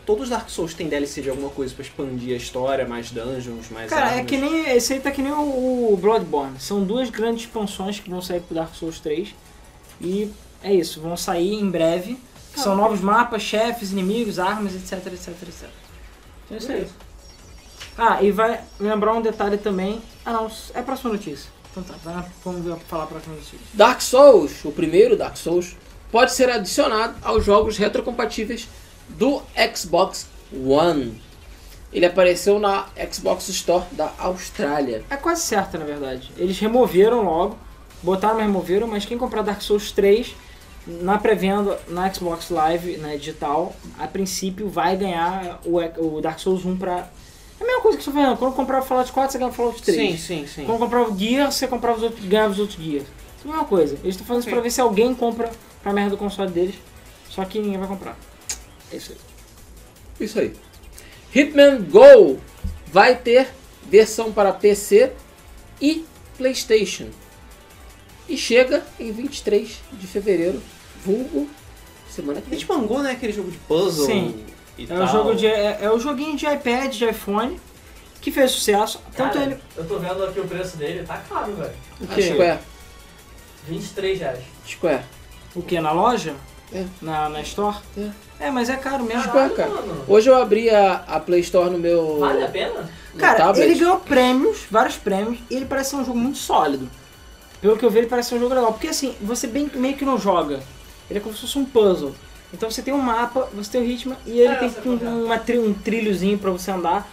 Todos os Dark Souls têm DLC de alguma coisa pra expandir a história, mais dungeons, mais Cara, é armas. que nem. Esse aí tá que nem o, o Bloodborne. São duas grandes expansões que vão sair pro Dark Souls 3. E é isso, vão sair em breve. Que são novos mapas, chefes, inimigos, armas, etc, etc, etc. Então é isso aí. Ah, e vai lembrar um detalhe também. Ah não, é a próxima notícia. Então tá, vai lá, vamos ver- falar a próxima notícia. Dark Souls, o primeiro Dark Souls, pode ser adicionado aos jogos retrocompatíveis do Xbox One. Ele apareceu na Xbox Store da Austrália. É quase certo, na verdade. Eles removeram logo, botaram, mas removeram, mas quem comprar Dark Souls 3 na pré-venda na Xbox Live, na digital, a princípio vai ganhar o, o Dark Souls 1 pra. É a mesma coisa que você tá falando, quando comprar o Fallout 4, você ganha o Fallout 3. Sim, sim, sim. Quando comprar o Gear, você comprava os outros, ganhava os outros Gears. É a mesma coisa. Eles estão fazendo isso pra ver se alguém compra pra merda do console deles, só que ninguém vai comprar. É isso aí. Isso aí. Hitman Go vai ter versão para PC e PlayStation. E chega em 23 de fevereiro, vulgo semana que A vem. Tipo gente mangou, né? Aquele jogo de puzzle Sim. e É tal. o, jogo de, é, é o joguinho de iPad, de iPhone, que fez sucesso. Tanto Cara, ele. Eu tô vendo aqui o preço dele, tá caro, velho. O A quê? Ah, Square. 23 reais. Square. O que? Na loja? É. Na, na store? É, mas é caro mesmo. Square, cara. mano. Hoje eu abri a, a Play Store no meu, Vale a pena? no Cara, tablet. ele ganhou prêmios, vários prêmios, e ele parece ser um jogo muito sólido. Pelo que eu vi, ele parece ser um jogo legal. Porque assim, você bem, meio que não joga. Ele é como se fosse um puzzle. Então você tem um mapa, você tem o ritmo, e ele É, tem você um, pode- uma tri- um trilhozinho pra você andar.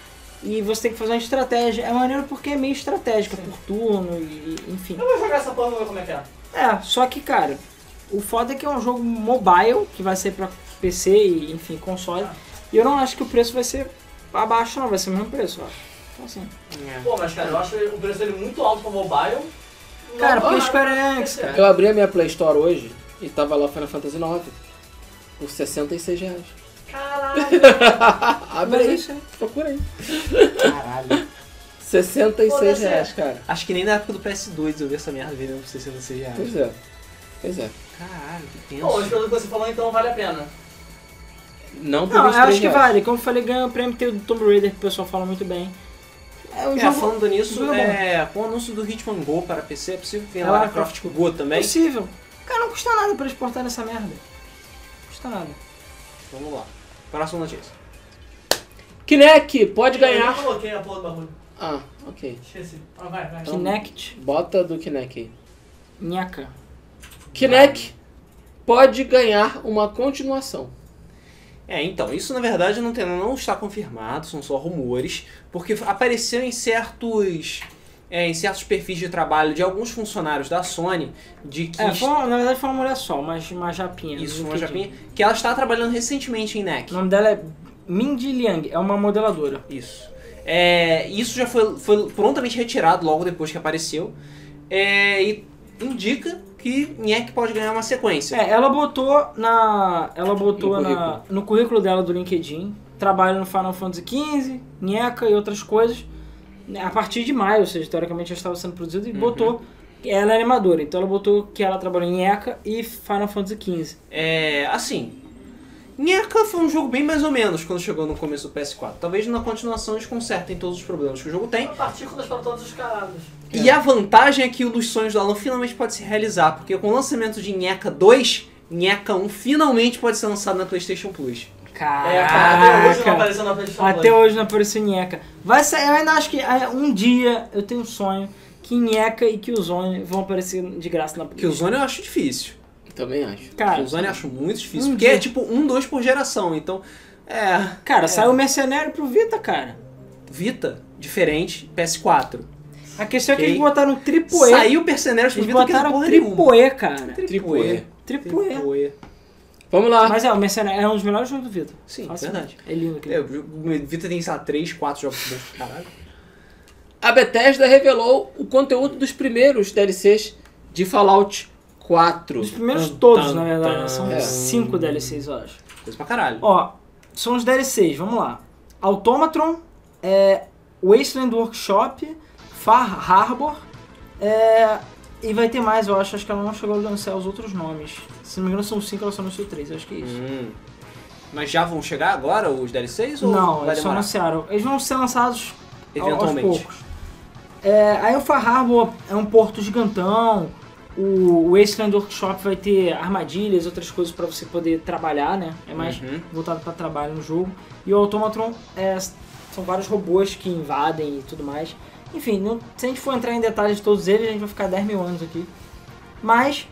E você tem que fazer uma estratégia. É maneiro porque é meio estratégica, por turno, e, e- enfim. Eu vou jogar essa porra e vou ver como é que é. É, só que, cara, o foda é que é um jogo mobile, que vai ser pra PC e, enfim, console. E eu não acho que o preço vai ser abaixo, não, vai ser o mesmo preço, eu acho. Então, assim. Pô, mas cara, eu acho o preço dele muito alto pra mobile. Não, Cara, não, porque não, Square não, Enix, não, cara. Eu abri a minha Play Store hoje e tava lá o Final Fantasy IX por 66 reais. Caralho. Abre Mas é aí, isso aí. procura aí. Caralho. 66 Pode ser. reais, cara. Acho que nem na época do PS2 eu vi essa merda vendendo por 66 reais. Pois é. Pois é. Caralho, que tenso. Bom, mas pelo que você falou, então vale a pena. Não por Não, eu 23 acho que reais. vale. Como eu falei, ganha o prêmio tem o do Tomb Raider, que o pessoal fala muito bem. É um É, jogo falando nisso, jogo é bom. é, com o anúncio do Hitman Go para PC, é possível que venha É Lara Lara Croft com Go também? possível. Cara, não custa nada pra exportar nessa merda. Não custa nada. Vamos lá. Próxima notícia. Kinect pode Eu nem ganhar. coloquei a porra do bagulho. Ah, ok. Esqueci. Ah, vai, vai. Então- Kinect, Bota do Kinect aí. nhaca. Kinect pode ganhar uma continuação. É, então, isso na verdade não, tem- não está confirmado, são só rumores, porque apareceu em certos, é, em certos perfis de trabalho de alguns funcionários da Sony de que É, foi uma- na verdade foi uma mulher só, mas uma japinha. isso no uma LinkedIn. japinha, que ela está trabalhando recentemente em NEC. O nome dela é Mindy Liang, é uma modeladora. Isso. É, isso já foi, foi prontamente retirado logo depois que apareceu. É, e indica que NEC pode ganhar uma sequência. É, ela botou na. Ela botou No na- currículo. no currículo dela do LinkedIn. Trabalho no Final Fantasy XV, Nheca e outras coisas. né, A partir de maio, ou seja, teoricamente já estava sendo produzido, e botou. Ela é animadora, então ela botou que ela trabalhou em Nheca e Final Fantasy XV. É, assim. Nheca foi um jogo bem mais ou menos quando chegou no começo do PS4. Talvez na continuação eles consertem todos os problemas que o jogo tem. Partículas pra todos os caralhos. E a vantagem é que o dos sonhos do Alan finalmente pode se realizar, porque com o lançamento de Nheca 2, Nheca 1 finalmente pode ser lançado na PlayStation Plus. É, cara, até hoje não Caraca! apareceu na PlayStation Até Plus. hoje não apareceu Nheca. Vai sair, eu ainda acho que ah, um dia eu tenho um sonho que Nheca e Killzone vão aparecer de graça na Que o Zone eu acho difícil. Também acho. Que Cara, o Zone eu acho muito difícil, Um porque é dia. tipo um, dois por geração. Então, É. Cara, saiu o Mercenário pro Vita, cara. Vita, diferente, PS4. A questão é que Ok. eles botaram triple E. Saiu Mercenários pro eles Vita que não é botaram porra nenhuma. triple E, cara. Tripoe. Triple E. Vamos lá. Mas é, o Mercenário é um dos melhores jogos do Vita. Sim, Nossa, verdade. É lindo aquele É, o Vita tem, sei lá, 3, 4 jogos bons pra caralho. A Bethesda revelou o conteúdo dos primeiros DLCs de Fallout Hum. 4. Os primeiros Tan, todos, tan, na verdade. né? tan. São É. cinco DLCs, eu acho. Coisa pra caralho. Ó, são os DLCs, vamos lá. Automatron, é, Wasteland Workshop, Far Harbor, é, e vai ter mais, eu acho. Acho que ela não chegou a lançar os outros nomes. Se não me engano, são cinco, ela só anunciou três, eu acho que é isso. Hum. Mas já vão chegar agora os DLCs ou não, Hum. vai eles só demorar? anunciaram. Eles vão ser lançados ao- aos Eventualmente. poucos. É, aí o Far Harbor é um porto gigantão. O Wasteland Workshop vai ter armadilhas, outras coisas pra você poder trabalhar, né? É mais Uhum. voltado pra trabalho no jogo. E o Automatron é, são vários robôs que invadem e tudo mais. Enfim, não- se a gente for entrar em detalhes de todos eles, a gente vai ficar 10 mil anos aqui. Mas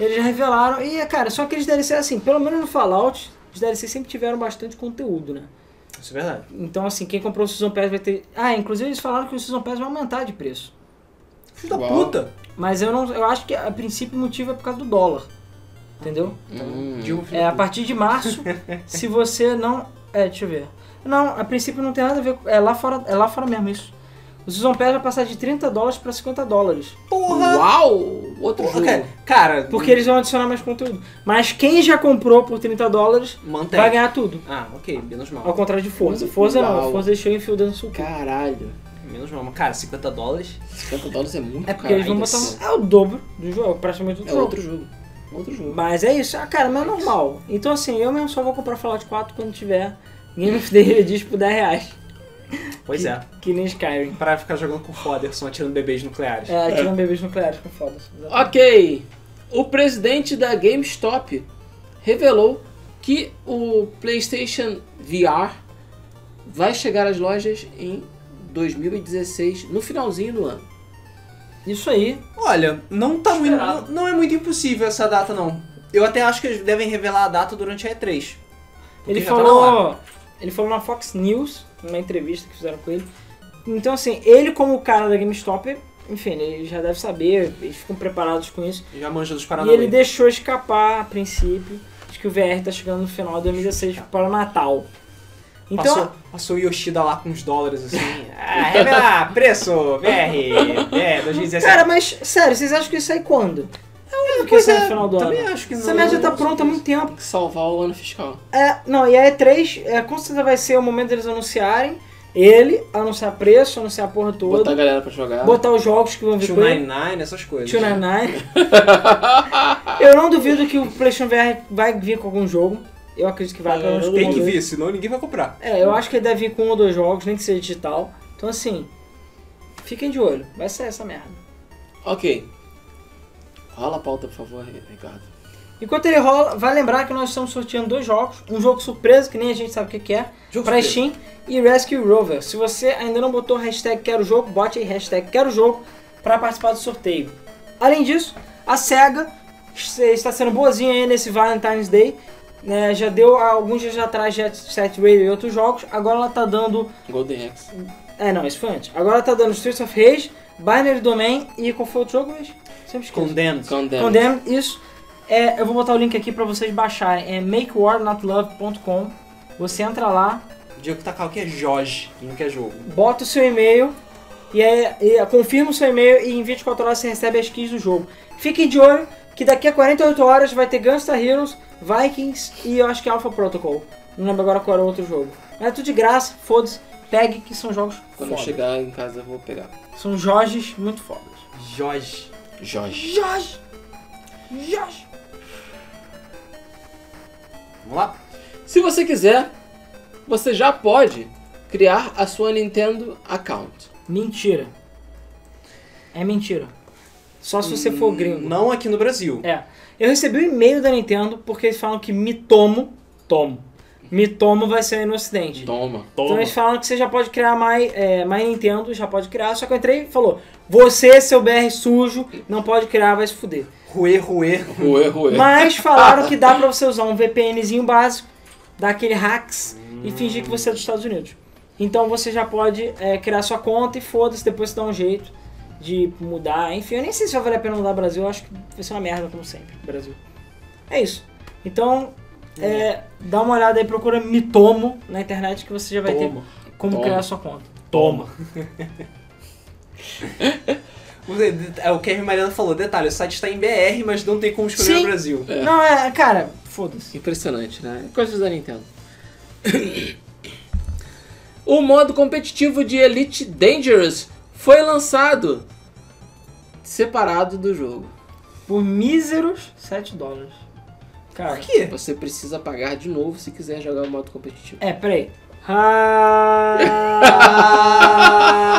eles já revelaram. E, cara, só aqueles DLC, assim, pelo menos no Fallout, os DLC sempre tiveram bastante conteúdo, né? Isso é verdade. Então, assim, quem comprou o Season Pass vai ter. Ah, inclusive eles falaram que o Season Pass vai aumentar de preço. Filho da Uau. puta! Mas eu não. Eu acho que a princípio o motivo é por causa do dólar. Entendeu? Hum. Digo, um filho É, da a partir de março, se você não. É, deixa eu ver. Não, a princípio não tem nada a ver. com- É lá fora, é lá fora mesmo isso. O Season Pass vai passar de 30 dólares pra 50 dólares. puta. Porra! Uau! Outro Porra, jogo. cara. É cara, Porque eles vão adicionar mais conteúdo. Mas quem já comprou por 30 dólares mantém. vai ganhar tudo. Ah, ok, menos mal. Ao contrário de Forza. Forza não, Uau. Forza eles chegam enfiando no seu cu. Caralho. Menos mal. Mas, cara, 50 dólares. 50 dólares é muito É porque eles vão caralho. botar. um- É o dobro do jogo, praticamente o assim. É dobro. outro jogo. Outro jogo. Mas é isso, ah, cara, mas é normal. Então assim, eu mesmo só vou comprar Fallout 4 quando tiver Game of the Year Disc por 10 reais. Pois é. Que nem Skyrim. Pra ficar jogando com Foderson atirando bebês nucleares. É, tiram bebês nucleares com foda. assim, né? Ok. O presidente da GameStop revelou que o PlayStation VR vai chegar às lojas em 2016, no finalzinho do ano. Isso aí. Olha, não tá muito. Esperado. Não, não é muito impossível essa data, não. Eu até acho que eles devem revelar a data durante a E3. Porque Ele já tá na hora. falou. ele falou na Fox News, numa entrevista que fizeram com ele. Então assim, ele como o cara da GameStop, enfim, ele já deve saber, eles ficam preparados com isso. Já manja dos E Paranauê. ele deixou escapar a princípio de que o VR tá chegando no final de 2016 para o Natal. Então, Passou, passou o Yoshida lá com uns dólares assim. ah, revela, preço, VR, é, 2017. Cara, mas sério, vocês acham que isso aí quando? É que Pois isso é é, no final do ano. também acho que não. Essa merda já tá pronta há muito tempo. Tem que salvar o ano fiscal. É, não, e a E3, é, com certeza vai ser o momento deles anunciarem. Ele, anunciar preço, anunciar a porra toda. Botar a Botar, galera pra jogar. os jogos que vão vir com ele. 299, essas coisas. 299. Eu não duvido que o PlayStation VR vai vir com algum jogo. Eu acredito que vai. Ah, pelo menos eu com É, Tem um que ou dois. vir, senão ninguém vai comprar. É, eu acho que ele deve vir com um ou dois jogos, nem que seja digital. Então assim, fiquem de olho. Vai ser essa merda. Ok. Rola a pauta, por favor, Ricardo. Enquanto ele rola, vai lembrar que nós estamos sorteando dois jogos. Um jogo surpresa, que nem a gente sabe o que que é, Jogo para surpresa. Steam e Rescue Rover. Se você ainda não botou a hashtag quero jogo, bote aí hashtag quero jogo para participar do sorteio. Além disso, a SEGA está sendo boazinha aí nesse Valentine's Day. né? já deu há alguns dias atrás Jet Set Radio e outros jogos. Agora ela tá dando... Golden Axe. É, não, isso foi antes. Agora ela tá dando Streets of Rage, Binary Domain e qual foi o outro jogo mesmo? Sempre esqueço. Condemned. Condemn. Condemn, Então, isso. É, eu vou botar o link aqui pra vocês baixarem. É makewarnotlove.com. Você entra lá, O Diego Takao que é Jorge, que não quer jogo. bota o seu e-mail e, aí- e é, confirma o seu e-mail e em 24 horas você recebe as keys do jogo. Fiquem de olho que daqui a 48 horas vai ter Gunstar Heroes, Vikings e eu acho que Alpha Protocol. Não lembro agora qual era o outro jogo. Mas é tudo de graça, foda-se. Pegue que são jogos Quando eu foda. chegar em casa, eu vou pegar. São Jorges muito fodas. Jorge. Jorge. Jorge! Jorge! Vamos lá? Se você quiser, você já pode criar a sua Nintendo account. Mentira. É mentira. Só se você Hum. for gringo. Não aqui no Brasil. É. Eu recebi um e-mail da Nintendo porque eles falam que me tomo, tomo. Me tomo vai ser aí no ocidente. Toma. Então eles falam que você já pode criar mais, é, mais Nintendo, já pode criar. Só que eu entrei e falou: Você, seu BR sujo, não pode criar, vai se fuder. Ruê, ruê. Ruê, ruê. Mas falaram que dá pra você usar um VPNzinho básico, dar aquele hacks, e fingir que você é dos Estados Unidos. Então você já pode é, criar sua conta e foda-se, depois você dá um jeito de mudar. Enfim, eu nem sei se vai valer a pena mudar o Brasil, eu acho que vai ser uma merda, como sempre, Brasil. É isso. Então, é, dá uma olhada aí, procura Mitomo na internet que você já vai Toma. ter como Toma. criar sua conta. Toma! É o que a Mariana falou, detalhe, o site está em BR, mas não tem como escolher Sim. o Brasil. É. Não, é, cara, foda-se. Impressionante, né? Coisas da Nintendo. o modo competitivo de Elite Dangerous foi lançado separado do jogo. Por míseros 7 dólares. Cara, Por quê? Você precisa pagar de novo se quiser jogar o modo competitivo. é, peraí.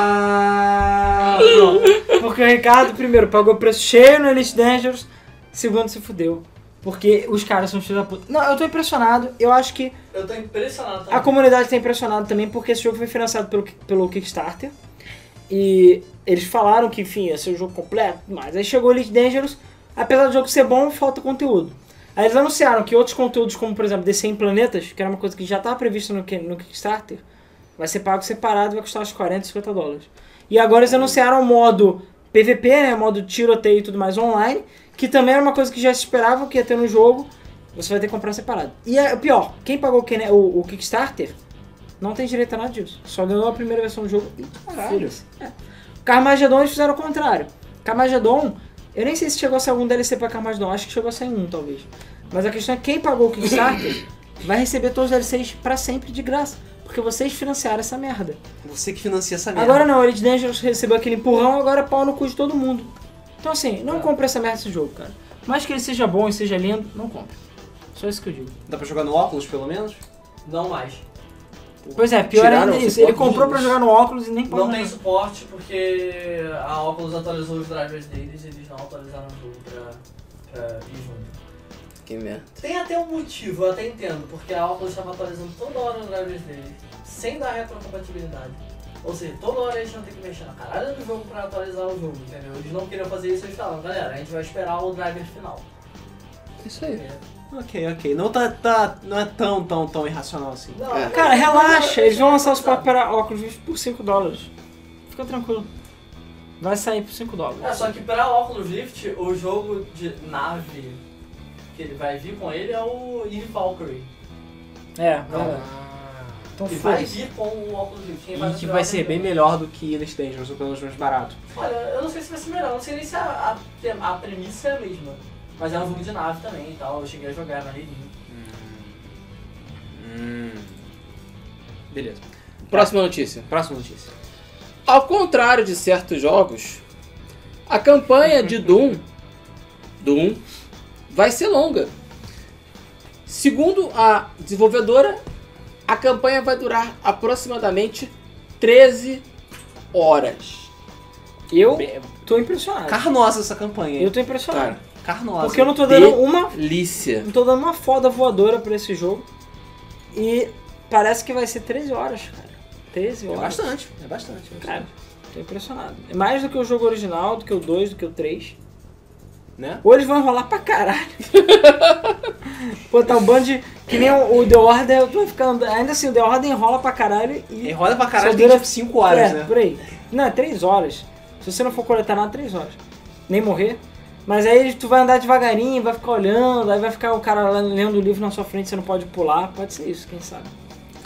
Ah, pronto. Porque o Ricardo, primeiro, pagou preço cheio no Elite Dangerous, segundo, se fudeu. Porque os caras são filhos da puta. Não, eu tô impressionado. Eu acho que Eu tô impressionado a também. comunidade tá impressionada também, porque esse jogo foi financiado pelo, pelo Kickstarter. E eles falaram que, enfim, ia ser o jogo completo, mas aí chegou o Elite Dangerous, apesar do jogo ser bom, falta conteúdo. Aí eles anunciaram que outros conteúdos, como por exemplo descer em planetas, que era uma coisa que já estava prevista no, Ki- no Kickstarter, vai ser pago separado e vai custar uns 40, 50 dólares. E agora eles anunciaram o modo PVP, né, modo tiroteio e tudo mais online, que também era uma coisa que já se esperava que ia ter no jogo, você vai ter que comprar separado. E é, o pior, quem pagou o Kine- o, o Kickstarter não tem direito a nada disso, só ganhou a primeira versão do jogo e caralho. É. Carmageddon eles fizeram o contrário. Carmageddon, eu nem sei se chegou a sair algum DLC pra Carmageddon, acho que chegou a sair um, talvez. Mas a questão é quem pagou o Kickstarter vai receber todos os DLCs pra sempre de graça. Porque vocês financiaram essa merda. Você que financia essa merda. Agora não, Elite Dangerous recebeu aquele empurrão, agora é pau no cu de todo mundo. Então assim, não compre essa merda desse jogo, cara. Por Mais que ele seja bom e seja lindo, não compre. Só isso que eu digo. Dá pra jogar no óculos, pelo menos? Não mais. Pois é, pior Tiraram ainda o isso. suporte Ele comprou dos- pra jogar no óculos e nem pode Não mais. tem suporte porque a Oculus atualizou os drivers deles e eles não atualizaram o jogo pra, pra ir junto. Que merda. Tem até um motivo, eu até entendo, porque a Oculus estava atualizando toda hora os drivers deles, sem dar retrocompatibilidade. Ou seja, toda hora eles tinham que mexer na caralho do jogo pra atualizar o jogo, entendeu? Eles não queriam fazer isso, eles falaram, galera, a gente vai esperar o driver final. Isso aí. Ok, ok. Não tá, tá- não é tão, tão, tão irracional assim. Não, É. Cara, relaxa, eles vão lançar os papos para óculos por 5 dólares. Fica tranquilo. Vai sair por 5 dólares. É, só que pra Oculus Rift, o jogo de nave que ele vai vir com ele é o Eve Valkyrie. É, Não. vai lá. Então Que Ah. vai foda-se. vir com o Oculus Rift. Quem E que vai ser bem melhor do que Elite Dangerous, ou pelo menos mais barato. Olha, eu não sei se vai ser melhor, eu não sei nem se a, a, a premissa é a mesma. Mas é um jogo de nave também e tal, eu cheguei a jogar na redinha. Beleza. Próxima notícia. Próxima notícia. Ao contrário de certos jogos, a campanha de Doom, Doom vai ser longa. Segundo a desenvolvedora, a campanha vai durar aproximadamente 13 horas. Eu tô impressionado. Carnosa essa campanha. Eu hein? tô impressionado. Cara, Tá. Carnosa. Porque eu não tô dando uma. Lícia. Não tô dando uma foda voadora pra esse jogo. E parece que vai ser 13 horas, cara. 13 É horas. tá bastante, é bastante. é Cara, bastante. tô impressionado. É mais do que o jogo original, do que o 2, do que o 3. Né? Ou eles vão enrolar pra caralho. Botar um bando de. Que nem o, o The Order, eu tô ficando. Ainda assim, o The Order enrola pra caralho e. E roda pra caralho, Só tem dura- tipo 5 É horas, é, né? por aí. Não, é 3 horas. Se você não for coletar nada, 3 horas. Nem morrer. Mas aí tu vai andar devagarinho, vai ficar olhando, aí vai ficar o cara lá lendo o livro na sua frente, você não pode pular. Pode ser isso, quem sabe.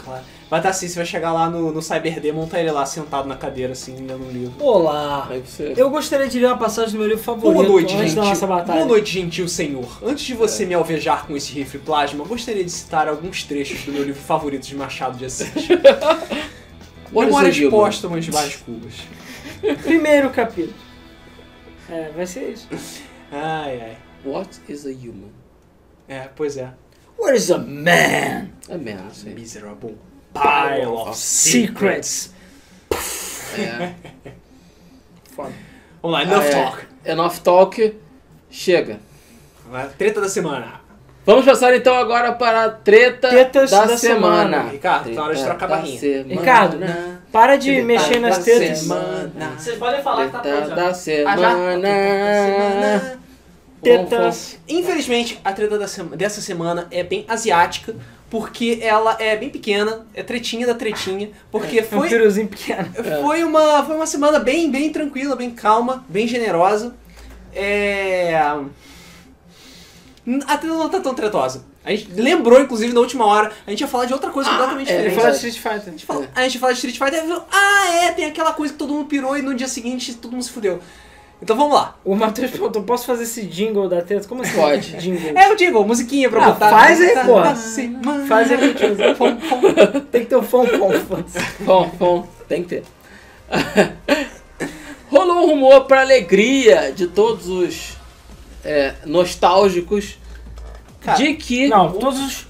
Claro. Vai estar assim, você vai chegar lá no, no Cyberdemon, tá ele lá sentado na cadeira, assim, lendo um livro. Olá! Aí você- Eu gostaria de ler uma passagem do meu livro favorito Boa noite, antes gentil. da nossa batalha. Boa noite, gentil senhor. Antes de você me alvejar com esse rifle plasma, gostaria de citar alguns trechos do meu livro favorito de Machado de Assis. Olha o Memórias Zé Dilma. póstumas de Brás Cubas. Primeiro capítulo. É, vai ser isso. Ai, ai. What is a human? É, pois é. What is a man? É merda, isso aí. Miserable pile of secrets. É. Foda. Vamos lá, enough Ah, é. talk. Enough talk. Chega. Vamos lá, Treta da semana. Vamos passar então agora para a treta Tetas da, da semana. semana. Ricardo, tá na hora de trocar a barrinha. Ricardo, Para de mexer nas tetas. Semana. Vocês podem falar que tá Treta pronto já. da semana. Semana. Tetas. Infelizmente, a treta da sema- dessa semana é bem asiática, porque ela é bem pequena, é tretinha da tretinha, porque Um foi piruzinho pequeno. foi uma, foi uma semana bem, bem tranquila, bem calma, bem generosa. É... A trilha não tá tão tretosa. A gente lembrou, inclusive, na última hora, a gente ia falar de outra coisa completamente é, Ele diferente. fala verdade. de Street Fighter. A gente fala- A gente fala de Street Fighter e viu, ah, é, tem aquela coisa que todo mundo pirou e no dia seguinte todo mundo se fudeu. Então vamos lá. O Matheus perguntou, posso fazer esse jingle da teta? Como assim? Pode. Jingle. É o Jingle, musiquinha pra Ah, botar. faz aí, Tá, pô. tá, sim, mano. Faz aí, Matheus. Fom, fom. Tem que ter um fom fom. Bom, bom, tem que ter. Rolou um rumor para alegria de todos os é, nostálgicos Cara, de que Não, todos os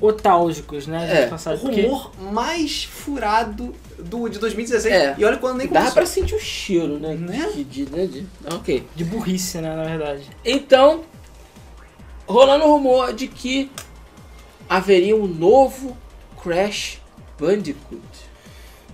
otálgicos, né? É, de O passagem, porque- rumor mais furado do, de 2016. É. E olha quando nem dá começou. para sentir o cheiro, né? Né? De, de- né, de- ok. De burrice, né, na verdade. Então, rolando o rumor de que haveria um novo Crash Bandicoot.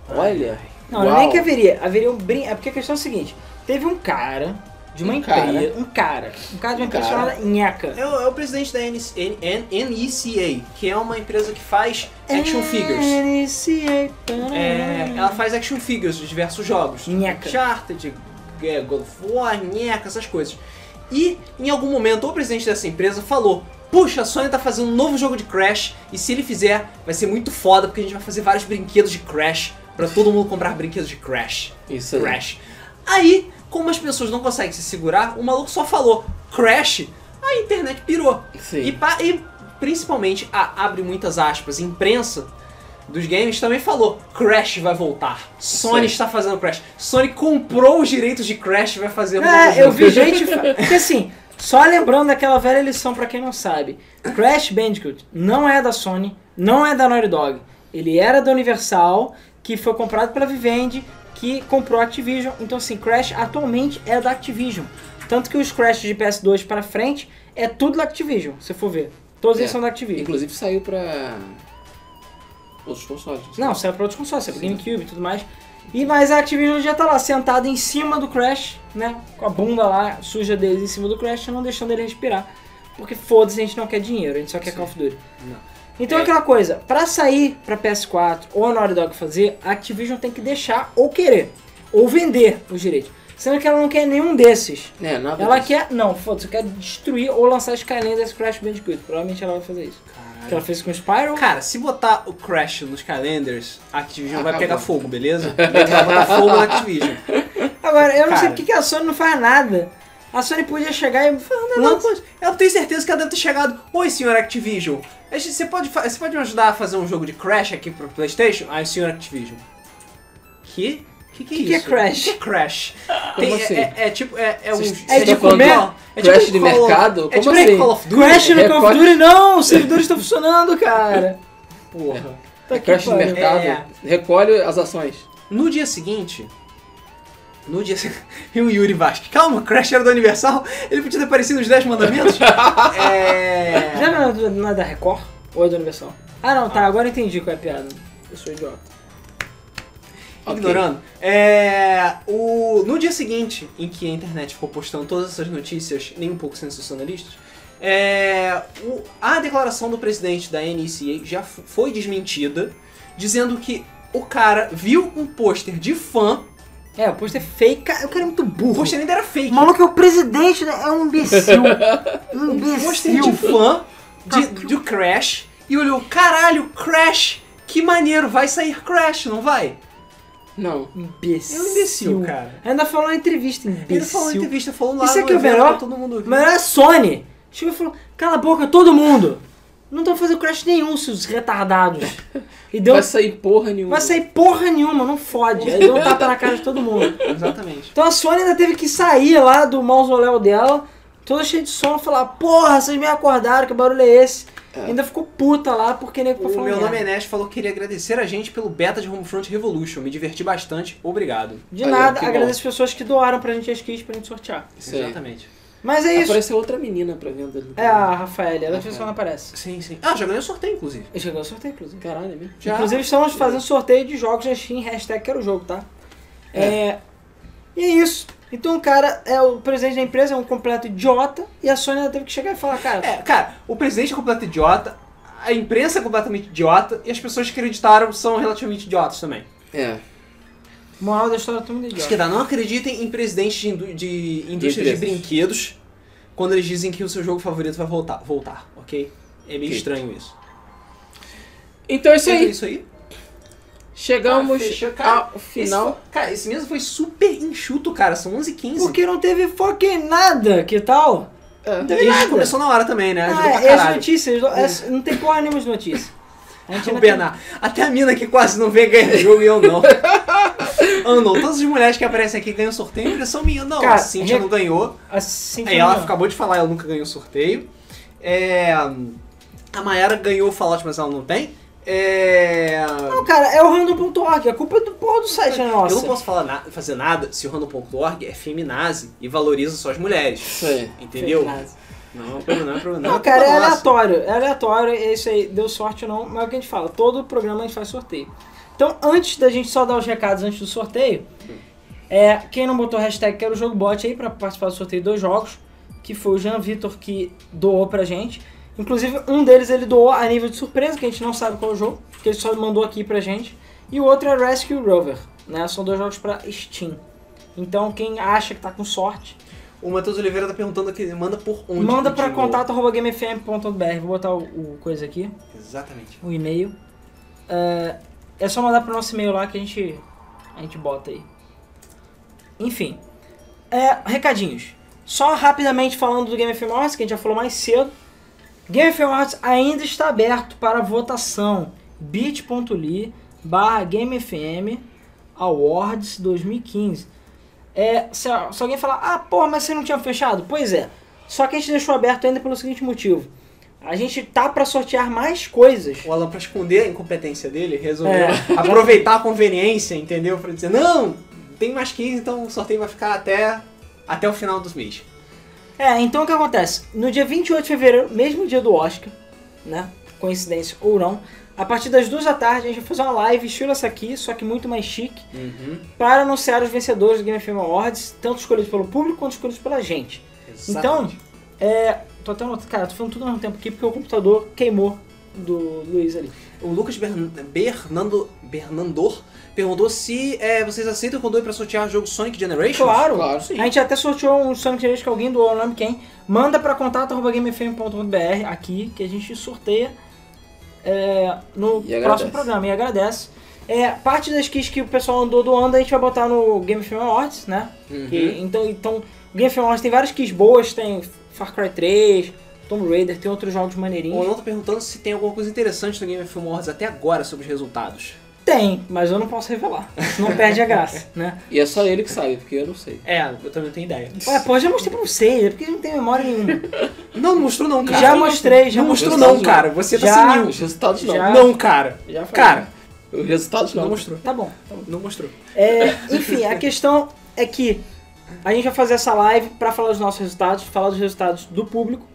Olha, Não, uau. nem que haveria. Haveria um brin... É porque a questão é a seguinte. Teve um cara de uma Um empresa... cara. Um cara. Um cara de Um uma cara. empresa chamada Nheca. É o, é o presidente da NC N- N- NECA, que é uma empresa que faz action figures. NCA. É, ela faz action figures de diversos jogos. Nheca. Uncharted, é, God of War, Nheca, essas coisas. E, em algum momento, o presidente dessa empresa falou Puxa, a Sony tá fazendo um novo jogo de Crash, e se ele fizer, vai ser muito foda, porque a gente vai fazer vários brinquedos de Crash, pra todo mundo comprar brinquedos de Crash. Isso aí. Crash. Aí, como as pessoas não conseguem se segurar, o maluco só falou Crash, a internet pirou. Sim. E, pa- e principalmente, a, abre muitas aspas, imprensa dos games também falou: Crash vai voltar. Sony Sim. está fazendo Crash. Sony comprou os direitos de Crash e vai fazer um novo É, eu jogo. vi gente... fa- Porque assim, só lembrando daquela velha lição pra quem não sabe. Crash Bandicoot não é da Sony, não é da Naughty Dog. Ele era da Universal, que foi comprado pela Vivendi, que comprou a Activision. Então assim, Crash atualmente é da Activision. Tanto que os Crash de PS2 pra frente é tudo da Activision, se for ver. Todos eles É. são da Activision. Inclusive saiu pra outros consoles. Não, saiu pra outros consoles, saiu pra GameCube e tudo mais. E mas a Activision já tá lá, sentada em cima do Crash, né? Com a bunda lá suja deles em cima do Crash, não deixando ele respirar. Porque foda-se, a gente não quer dinheiro, a gente só quer Call of Duty. Não. Então É. é. aquela coisa, pra sair pra PS4 ou a Naughty Dog fazer, a Activision tem que deixar ou querer, ou vender os direitos. Sendo que ela não quer nenhum desses. É, nada Ela disso. quer, não, foda-se, eu quero destruir ou lançar Skylanders desse Crash Bandicoot. Provavelmente ela vai fazer isso. Porque ela fez com o Spyro. Cara, se botar o Crash nos calendars, a Activision vai Acabou. pegar fogo, beleza? Vai botar fogo na Activision. Agora, eu não Cara. sei porque que a Sony não faz nada. A Sony podia chegar e falar, não, não, Não, mas eu tenho certeza que ela deve ter chegado. Oi, senhora Activision. a gente- Você pode, fa- você pode me ajudar a fazer um jogo de Crash aqui pro PlayStation? Ai, senhora Activision. Que? Que que é Que isso? que é Crash? Que é Crash? Como é- assim? é, é tipo. É, é um. Vocês- é vocês tipo estão falando Call- é tipo Crash um de Call of- mercado? É Como tipo um assim? Call of Duty. Crash no Call of Record- Duty não, os servidores estão funcionando, cara. Porra. Tá É crash de pariu. mercado. É. Recolhe as ações. No dia seguinte. No dia seguinte. E o Yuri Vasque. Calma, Crash era do Universal? Ele podia ter aparecido nos 10 mandamentos? é. Já não é, do- não é da Record? Ou é da Universal? Ah, não, tá, agora eu entendi qual é a piada. Eu sou idiota. Ok. Ignorando. É, o, no dia seguinte, em que a internet ficou postando todas essas notícias, nem um pouco sensacionalistas, é, o- a declaração do presidente da NECA já f- foi desmentida, dizendo que o cara viu um pôster de fã, É, o pôster é fake, cara, o cara é muito o burro. pôster ainda era fake, O maluco é o presidente, né? É um imbecil. Um um pôster de imbecil. fã de, do Crash, e olhou, caralho, Crash, que maneiro, vai sair Crash, não vai? Não. É um imbecil, cara. Ainda falou na entrevista, imbecil. Ele falou na entrevista, falou lá Isso no é que é o evento melhor? pra todo mundo ouvir. Mas era a Sony. Chegou e falou: cala a boca, todo mundo. Não estão fazendo crash nenhum, seus retardados. E deu. Vai sair porra nenhuma. Vai sair porra nenhuma, não fode. Aí deu um tapa na cara de todo mundo. Exatamente. Então a Sony ainda teve que sair lá do mausoléu dela, toda cheia de sono, falar: porra, vocês me acordaram, que barulho é esse? É. Ainda ficou puta lá porque nem O meu nome é Nash falou que queria agradecer a gente pelo beta de Homefront Revolution. Me diverti bastante, obrigado. De Olha, nada, que bom. agradeço as pessoas que doaram pra gente as kits pra gente sortear. Isso aí. Exatamente. Mas é isso. Apareceu outra menina pra venda ali. É a Rafaela, ela às Rafaela. vezes só não aparece. Sim, sim. Ah, já ganhei o sorteio, inclusive. Eu cheguei ao sorteio, inclusive. Caralho, é mesmo? Já. Inclusive, estamos fazendo sorteio de jogos na Steam, hashtag quero jogo, tá? É. E é isso. Então o cara é o presidente da empresa, é um completo idiota, e a Sony ainda teve que chegar e falar, cara, É, cara, o presidente é completo idiota. A a imprensa é completamente idiota e as pessoas que acreditaram são relativamente idiotas também. É. Moral da história, todo mundo é idiota. Esquerda, não acreditem em presidentes de, indu- de indústrias de empresas. brinquedos quando eles dizem que o seu jogo favorito vai voltar, voltar ok? É meio Ok. estranho isso. Então é isso Mas é aí. isso aí. Chegamos Ah, fechou, cara. ao final. Esse foi- cara, esse mesmo foi super enxuto, cara. São 11h15. Porque não teve fucking nada, que tal? É. E a nada. gente começou na hora também, né? Ajudou Ah, pra e as caralho. É. notícias, as- não tem porra nenhuma de notícia. A gente O não Bernard, até a mina que quase não vê ganha jogo e eu não. eu não. Todas as mulheres que aparecem aqui ganham sorteio, impressão minha. Não, Cara, a Cintia re- não ganhou. tem- Assim que Aí não. ela acabou de falar, ela nunca ganhou sorteio. É, A Mayara ganhou o Fallout, mas ela não tem. É, Não, cara, é o random.org, a culpa é do porra do site, né, nossa. Eu não posso falar na- fazer nada se o random.org é feminazi e valoriza só as mulheres. Isso aí. Entendeu? Frase. Não, é um problema, não é um problema. Não, é cara, é culpa nossa. aleatório, é aleatório, é isso aí, deu sorte ou não, mas é o que a gente fala, todo programa a gente faz sorteio. Então, antes da gente só dar os recados antes do sorteio, é, quem não botou hashtag quero o jogo bot aí pra participar do sorteio dos jogos, que foi o Jean Vitor que doou pra gente. Inclusive, um deles ele doou a nível de surpresa, que a gente não sabe qual é o jogo, porque ele só mandou aqui pra gente. E o outro é Rescue Rover, né? São dois jogos pra Steam. Então, quem acha que tá com sorte, O Matheus Oliveira tá perguntando aqui, manda por onde? Manda pra pedir o- contato.gamefm.br. Vou botar o, o coisa aqui, Exatamente. o e-mail. É, é só mandar pro nosso e-mail lá que a gente, a gente bota aí. Enfim. É, recadinhos. Só rapidamente falando do Game FM Awards, que a gente já falou mais cedo. Game FM Awards ainda está aberto para votação. bit.ly barra GameFM Awards 2015. É, se, se alguém falar, ah, porra, mas você não tinha fechado? Pois é. Só que a gente deixou aberto ainda pelo seguinte motivo. A gente tá para sortear mais coisas. O Alan, pra esconder a incompetência dele, É. resolveu aproveitar a conveniência, entendeu? Pra dizer, não, tem mais 15, então o sorteio vai ficar até, até o final dos mês. É, então o que acontece? No dia 28 de fevereiro, mesmo dia do Oscar, né? Coincidência ou não, a partir das duas da tarde a gente vai fazer uma live estilo essa aqui, só que muito mais chique, para anunciar os vencedores do Game Film Awards, tanto escolhidos pelo público quanto escolhidos pela gente. Então, Exatamente. é. Tô até anotando, cara, tô falando tudo ao mesmo tempo aqui porque o computador queimou do Luiz ali. o Lucas Bern- Bernando, Bernandor perguntou se é, vocês aceitam que eu doe pra sortear o jogo Sonic Generations. Claro, Claro. A gente até sorteou um Sonic Generations que alguém doou, não lembro quem. Manda pra contato.gamefm.br aqui, que a gente sorteia é, no E agradece. próximo programa. E agradece. É, parte das kits que o pessoal andou doando, a gente vai botar no Game Film Awards, né? Uhum. Que- então, então, o Game Film Awards tem várias kits boas, tem Far Cry 3, Tomb Raider, tem outros jogos O maneirinhos. Alan tá perguntando se tem alguma coisa interessante no Game of Thrones até agora sobre os resultados. Tem, mas eu não posso revelar, senão perde a graça, né? E é só ele que sabe, porque eu não sei. É, eu também não tenho ideia. Ué, pô, eu já mostrei pra vocês, é porque eu não tenho memória nenhuma. Não, não mostrou não, cara. Já mostrei, já Não mostrou mostrei. não, cara. Você tá Já. senil. Os resultados não. Já- Não, cara. Já falei. Cara, Os resultados não. não mostrou. Tá bom. Não mostrou. É, enfim, a questão é que a gente vai fazer essa live pra falar dos nossos resultados, falar dos resultados do público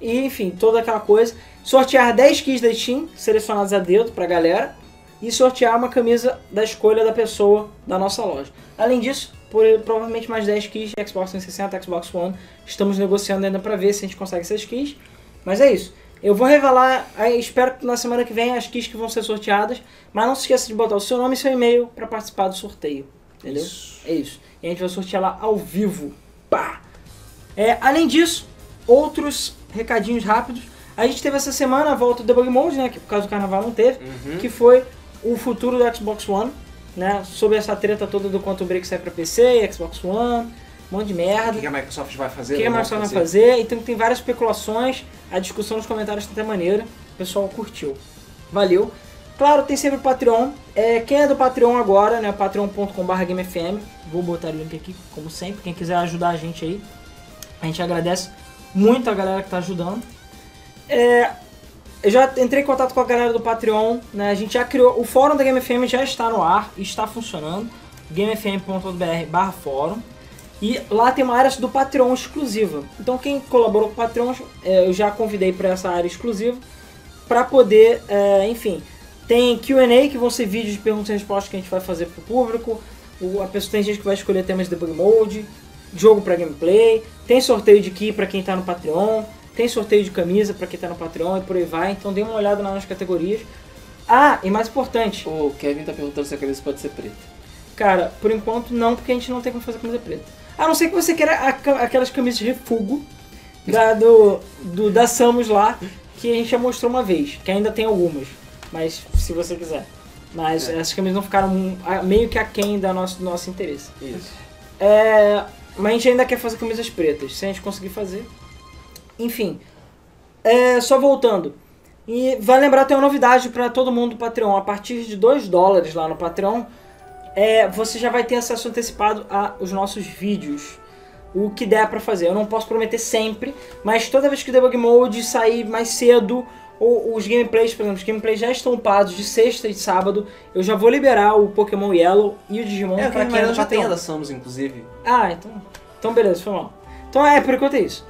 e, enfim, toda aquela coisa. Sortear 10 kits da Steam, selecionados a dedo pra galera, e sortear uma camisa da escolha da pessoa da nossa loja. Além disso, por, provavelmente mais 10 kits de Xbox 360, Xbox One. Estamos negociando ainda pra ver se a gente consegue essas kits. Mas é isso. Eu vou revelar, aí espero que na semana que vem as kits que vão ser sorteadas, mas não se esqueça de botar o seu nome e seu e-mail pra participar do sorteio. Entendeu? É isso. E a gente vai sortear lá ao vivo. Pá! É, além disso, outros recadinhos rápidos. A gente teve essa semana a volta do Debug Mode, né? Que por causa do carnaval não teve. Uhum. Que foi o futuro do Xbox One, né? Sobre essa treta toda do quanto o break sai pra PC, Xbox One, um monte de O que merda. que a Microsoft vai fazer? O que a Não Microsoft vai fazer? Então tem várias especulações, a discussão nos comentários tá até maneira. O pessoal curtiu. Valeu. Claro, tem sempre o Patreon. É, quem é do Patreon agora, né? patreon.com.br GameFM. Vou botar o link aqui, como sempre. Quem quiser ajudar a gente aí, a gente agradece muito a galera que tá ajudando. É, eu já entrei em contato com a galera do Patreon, né? A gente já criou. O fórum da GameFM já está no ar, está funcionando. gamefm.br barra fórum. E lá tem uma área do Patreon exclusiva. Então quem colaborou com o Patreon, eh, eu já convidei para essa área exclusiva para poder, eh, enfim, tem Q&A que vão ser vídeos de perguntas e respostas que a gente vai fazer pro público. O- a pessoa tem gente que vai escolher temas de debug mode, jogo para gameplay, tem sorteio de key para quem tá no Patreon. Tem sorteio de camisa pra quem tá no Patreon e por aí vai. Então dê uma olhada lá nas categorias. Ah, e mais importante, O Kevin tá perguntando se a camisa pode ser preta. cara, por enquanto não, porque a gente não tem como fazer camisa preta. A não ser que você queira a ca- aquelas camisas de refugo da, do, do- da Samus lá, que a gente já mostrou uma vez, que ainda tem algumas. Mas se você quiser. Mas essas camisas não ficaram ah, meio que aquém da nosso, do nosso interesse. Isso. É, mas a gente ainda quer fazer camisas pretas, se a gente conseguir fazer. Enfim, é, só voltando. E vai lembrar, tem uma novidade para todo mundo do Patreon. A partir de 2 dólares lá no Patreon, é, você já vai ter acesso antecipado aos nossos vídeos. O que der para fazer. Eu não posso prometer sempre, mas toda vez que o Debug Mode sair mais cedo, ou os gameplays, por exemplo, os gameplays já estão upados de sexta e de sábado, eu já vou liberar o Pokémon Yellow e o Digimon É, o pra que quem é Mariano do já tem Patreon. a da Samus, inclusive. Ah, então. Então beleza, foi mal. Então é, por enquanto é isso.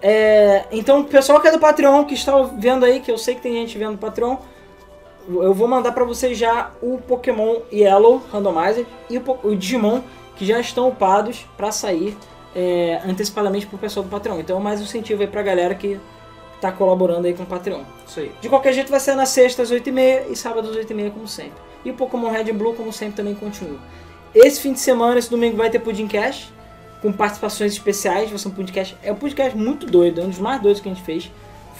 É, então, o pessoal que é do Patreon, que está vendo aí, que eu sei que tem gente vendo no Patreon, eu vou mandar pra vocês já o Pokémon Yellow Randomizer e o, po- o Digimon, que já estão upados pra sair é, antecipadamente pro pessoal do Patreon. Então é mais um incentivo aí pra galera que tá colaborando aí com o Patreon. Isso aí. De qualquer jeito vai ser na sexta às 8h30 e sábado às 8h30, como sempre. E o Pokémon Red and Blue, como sempre, também continua. Esse fim de semana, esse domingo, vai ter Pudimcast, com participações especiais. Vai ser um podcast. É um podcast muito doido, é um dos mais doidos que a gente fez.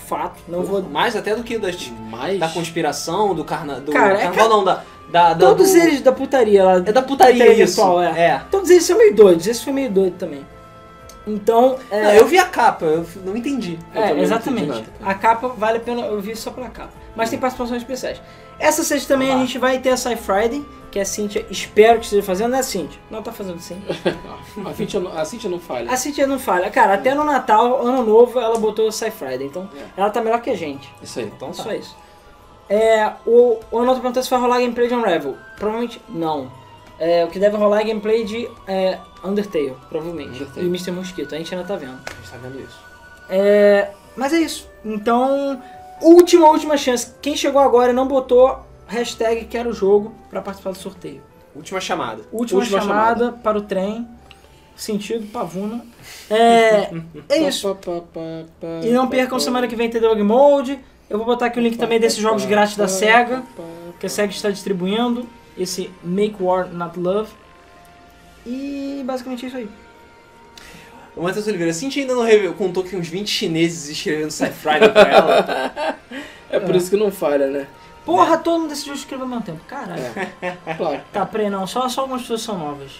Fato. Não vou. Mais até do que das, Mas. da conspiração, do, carna, do Cara, é carnaval, não, da, da, da- Todos do- eles da putaria lá. É da putaria Putaria isso. virtual, é. é. Todos eles são meio doidos, esse foi meio doido também. Então. é- Não, eu vi a capa, eu f- não entendi. Eu também É, não exatamente. entendi nada. a capa vale a pena eu vi só pela capa. Mas tem participações especiais. Essa sexta também a Olá. gente vai ter a Sci Friday, que a Cintia espero que esteja fazendo, né, Cintia? Não tá fazendo sim. Ah, A Cintia não, a Cintia não falha. A Cintia não falha. Cara, até no Natal, ano novo, ela botou Sci Friday, então É. ela tá melhor que a gente. Isso aí. Então Só tá. isso. É, o, o Anoto perguntou se vai rolar gameplay de Unravel. Provavelmente não. É, o que deve rolar é gameplay de é, Undertale, provavelmente. Undertale. E Mr. Mosquito, a gente ainda tá vendo. A gente tá vendo isso. É, mas é isso. Então, última, última chance. Quem chegou agora e não botou hashtag quero o jogo pra participar do sorteio. Última chamada. Última, Última chamada, para o trem. Sentido, pavuna. É, é isso. E não percam semana que vem tem Dog Mode. Eu vou botar aqui o link também desses jogos grátis da SEGA, que a SEGA está distribuindo. Esse Make War Not Love. E basicamente é isso aí. O Matheus Oliveira, Cintia ainda não revelou, contou que uns 20 chineses escrevendo Sci-Friday pra ela. É por isso que não falha, né? Porra, todo mundo decidiu escrever ao mesmo tempo. Caralho. É. Claro. Tá, peraí, não. Só, só algumas pessoas são novas.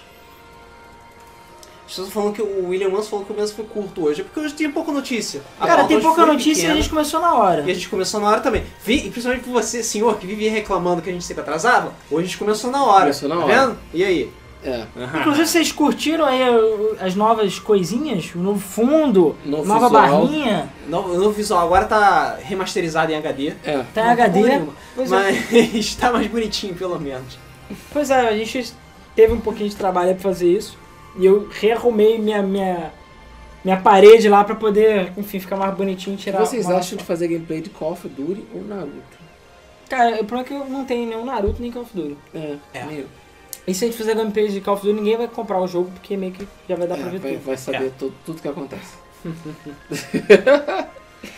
As pessoas falando que o William Manso falou que o mês foi curto hoje. É porque hoje tem pouca notícia. A Cara, pauta tem hoje pouca foi notícia e a pequena. gente começou na hora. E a gente começou na hora também. Vi, e principalmente por você, senhor, que vivia reclamando que a gente sempre atrasava. Hoje a gente começou na hora. Começou na tá hora. vendo? E aí? É. Inclusive, vocês curtiram aí uh, as novas coisinhas? O novo fundo, Novo nova visual. barrinha, Novo, novo visual agora tá remasterizado em HD. É. tá em Não, HD. porra nenhuma. Pois, é. Mas tá mais bonitinho, pelo menos. pois é, a gente teve um pouquinho de trabalho aí pra fazer isso. E eu rearrumei minha, minha, minha parede lá pra poder, enfim, ficar mais bonitinho e O que tirar vocês uma- acham de fazer gameplay de Call of Duty ou Naruto? Cara, o problema é que eu não tenho nenhum Naruto nem Call of Duty. É. É. meio. E se a gente fizer gameplay de Call of Duty, ninguém vai comprar o jogo, porque meio que já vai dar pra É, ver vai, tudo. vai saber tu- tudo que acontece.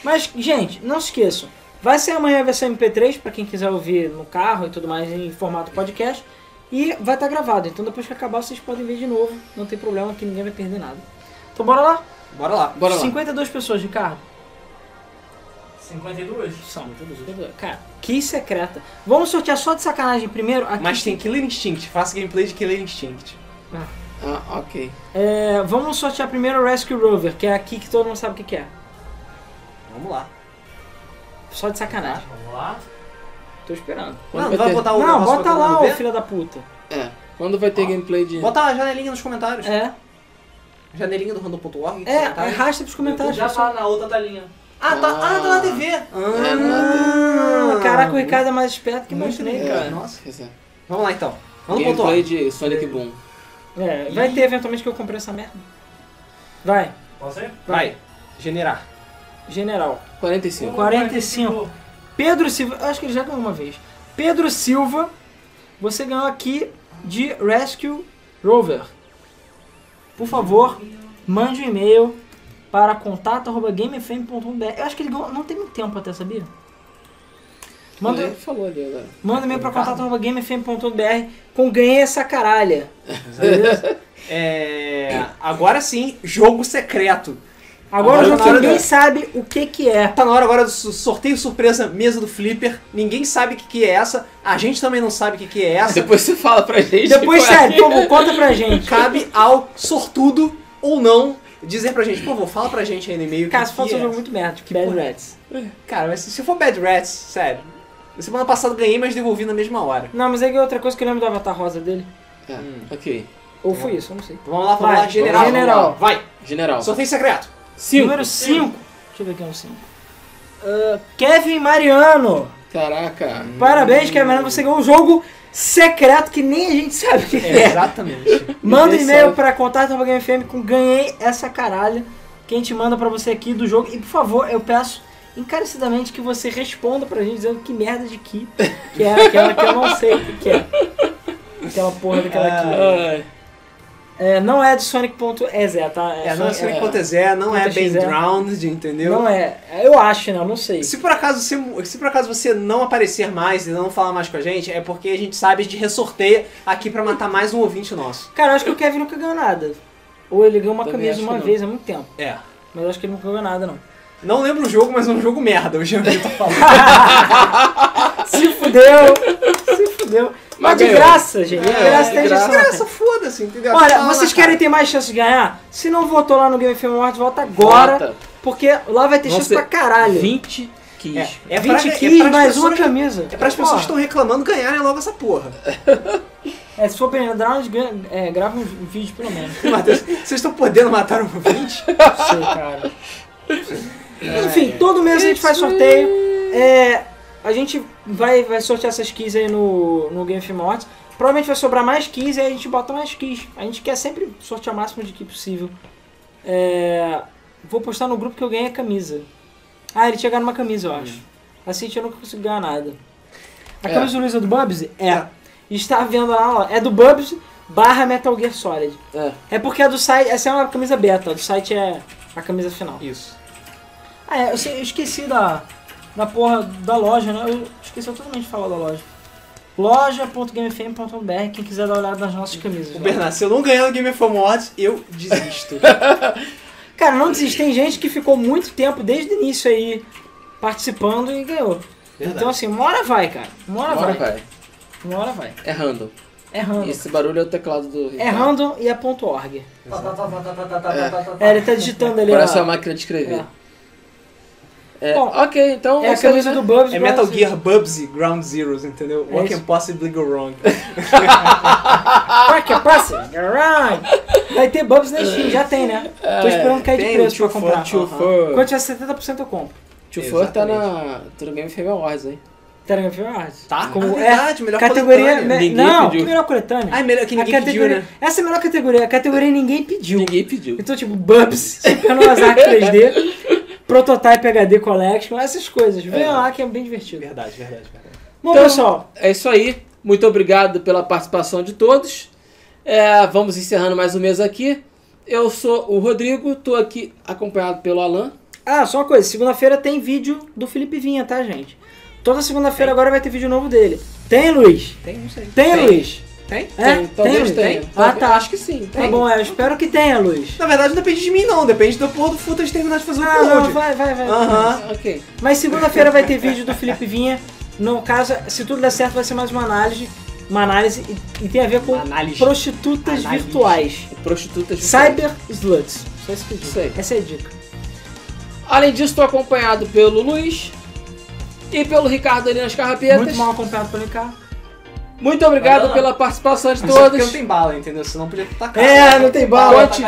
Mas, gente, não se esqueçam. Vai ser amanhã a versão MP3 pra quem quiser ouvir no carro e tudo mais em formato podcast. E vai estar gravado. Então depois que acabar vocês podem ver de novo. Não tem problema que ninguém vai perder nada. Então bora lá. Bora lá. Bora lá. 52 pessoas de carro. 52? São, cara, que secreta. Vamos sortear só de sacanagem primeiro. Aqui. Mas tem Killer Instinct, faça gameplay de Killer Instinct. Ah, ok. É, vamos sortear primeiro o Rescue Rover, que é aqui que todo mundo sabe o que que é. Vamos lá. Só de sacanagem. Vamos lá. Tô esperando. Quando não, não vai ter... botar Tá, o Não, negócio bota pra todo lá, mundo ô ver? filha da puta. É. Quando vai Ah. ter Ó, gameplay de. Bota a janelinha nos comentários. É, Janelinha do random.org. é, comentários. arrasta pros comentários. Já pessoal. tá na outra telinha. Ah, tá. Ah, tá na TV. É, Ah, Caraca, o Ricardo é mais esperto que Muito imaginei, bem, cara. cara. É. Nossa. Pois é. Vamos lá então. Gameplay Random.org. de Sonic Boom. É, vai ter eventualmente que eu comprei essa merda. Vai, Posso ir? Vai. Generar. general. 45. 45. Pedro Silva, eu acho que ele já ganhou uma vez. Pedro Silva, você ganhou aqui de Rescue Rover. Por favor, mande um e-mail para contato.gamefm.br. Eu acho que ele ganhou- não tem muito tempo até, sabia? Manda, Ele falou ali agora. manda um e-mail para contato.gamefm.br com ganha essa caralha. É, agora sim, jogo secreto. Agora Agora o jogo que nada. ninguém sabe o que que é. Tá na hora agora do su- sorteio surpresa mesa do Flipper. Ninguém sabe o que, que é essa. A gente também não sabe o que, que é essa. Depois você fala pra gente. Ah, Depois, qual é. sério, Tomo, conta pra gente. Cabe ao sortudo ou não dizer pra gente. Por favor, fala pra gente aí no e-mail. o que Cara, se for um que é. jogo muito merda, que Bad porra. Rats. Cara, mas se, se for Bad Rats, sério. Semana passada ganhei, mas devolvi na mesma hora. Não, mas aí é outra coisa que eu lembro do Avatar Rosa dele. Ah, Ok. Ou foi isso, eu não sei. Então vamos lá, vamos Vai, lá, general. vamos lá. vamos lá. Vai, General. sorteio secreto. Cinco. Número 5. Deixa eu ver quem é o 5. Kevin Mariano. Caraca. Parabéns, Kevin Mariano. Você ganhou um jogo secreto que nem a gente sabe o que é. Exatamente. Manda um Ninguém e-mail sabe. para contato.gamefm com ganhei essa caralha que a gente manda pra você aqui do jogo. E por favor, eu peço encarecidamente que você responda pra gente dizendo que merda de que que é aquela que eu não sei o que que é. Aquela porra daquela que. Ai. É, não é de Sonic.exe, tá? É, não é Sonic- sobre Contezé, não é Conta bem XZ. drowned, entendeu? Não é. Eu acho, né? Eu não sei. Se por, acaso, se, se por acaso você não aparecer mais e não falar mais com a gente, é porque a gente sabe de ressorteia aqui pra matar mais um ouvinte nosso. Cara, eu acho que o Kevin nunca ganhou nada. Ou ele ganhou uma Também camisa acho uma que não. vez há muito tempo. É. Mas eu acho que ele nunca ganhou nada, não. Não lembro o jogo, mas é um jogo merda, o Jean tá falando. Se fudeu! se fudeu. Mas, Mas de ganhou. graça, gente. De É, graça de tem graça. gente Essa foda-se, entendeu? Olha, Fala na vocês cara. querem ter mais chance de ganhar? Se não votou lá no Game Film Awards, vota agora. Bota. Porque lá vai ter Vão chance ser pra caralho. 20 quis. É, é 20 pra, é keys, pra as mais pessoas uma que- camisa. É para as pessoas que estão reclamando ganharem logo essa porra. É, se for Penny Drowned, ganha- é, grava um vídeo pelo menos. Matheus, vocês estão podendo matar um ouvinte? Não sei, cara. Enfim, todo mês a gente faz sorteio. É, a gente vai, vai sortear essas keys aí no, no Game Film Awards. Provavelmente vai sobrar mais keys e aí a gente bota mais keys. A gente quer sempre sortear o máximo de key possível. É, vou postar no grupo que eu ganhei a camisa. Ah, ele tinha ganhado uma camisa, eu acho. Assim eu nunca consigo ganhar nada. A É. camisa do Luiz é do Bubsy? É. E Está vendo lá, ó, é do Bubsy barra Metal Gear Solid. É. É porque a do site, essa é uma camisa beta, a do site é a camisa final. Isso. Ah, é, eu, sei- eu esqueci da, da porra da loja, né? Eu esqueci totalmente de falar da loja. loja.gamefm.br, quem quiser dar uma olhada nas nossas camisas. O né? Bernardo, se eu não ganhar o Game of Awards, eu desisto. Cara, não desiste, tem gente que ficou muito tempo desde o início aí participando e ganhou. Então assim, uma hora vai, cara. Uma hora, Bora, vai. vai. Uma hora vai. É random. É random. Esse barulho é o teclado do. É random e é ponto .org. É, É. ele tá digitando ali. Parece ó. uma máquina de escrever. É. Bom, ok, então. É, é a isso aí, camisa né? do Bubs. É Metal Gear Bubsy Ground Zeroes, entendeu? É What isso. can possibly go wrong? Pra que passa? Right. Vai ter Bubs na Steam, já tem, né? Tô esperando cair de É, tem preço o pra comprar. Tio Tio Aham. Fur. Quando tiver 70% eu compro. Tio Fur tá na. Tá no Game Fame Awards, hein? Teranga Film Arts. Tá? Como Ah, é verdade, melhor Categoria. coletânea. me- Ninguém Não, pediu. que melhor coletânea. Ah, é melhor que A ninguém pediu, categoria- né? Essa é a melhor categoria. A categoria ninguém pediu. Ninguém pediu. Então, tipo, Bubs, Supernovas Arc 3D, Prototype HD Collection, essas coisas. Vem É. lá que é bem divertido. Verdade, verdade, verdade. Bom, Então- pessoal, É isso aí. Muito obrigado pela participação de todos. É, vamos encerrando mais um mês aqui. Eu sou o Rodrigo, tô aqui acompanhado pelo Alan. ah, só uma coisa. Segunda-feira tem vídeo do Felipe Vinha, tá, gente? Toda segunda-feira agora vai ter vídeo novo dele. Tem, Luiz? Tem, não sei. Tem, Tem. Luiz? Tem? É? Tem, talvez Luiz? tenha. Ah, tá. Acho que sim. Tá tem. bom, é, eu espero que tenha, Luiz. Na verdade, não depende de mim, não. Depende do porra do Futas terminar de fazer o Ah, não, upload. vai, vai, vai. Aham. Ok. Mas segunda-feira vai ter vídeo do Felipe Vinha. No caso, se tudo der certo, vai ser mais uma análise. Uma análise e, e tem a ver com Análise. prostitutas Análise. virtuais. Prostitutas. Cyber sluts. Só isso que eu digo. Isso aí. Essa é a dica. Além disso, estou acompanhado pelo Luiz e pelo Ricardo ali nas carrapetas. Muito mal acompanhado pelo Ricardo. Muito Vai obrigado lá. é pela participação de Só porque não todos. tem bala, entendeu? Senão podia tacar. né? É, não tem um- bala. Conte-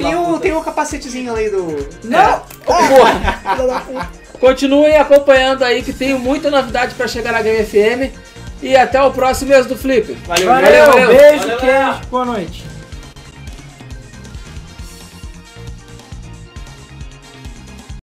Tem o, tem o capacetezinho ali do. É. Não! Continuem acompanhando aí que tenho muita novidade para chegar na Game FM. E até o próximo mês do Flip. Valeu, Valeu, valeu. beijo, Valeu, queijo. Boa noite.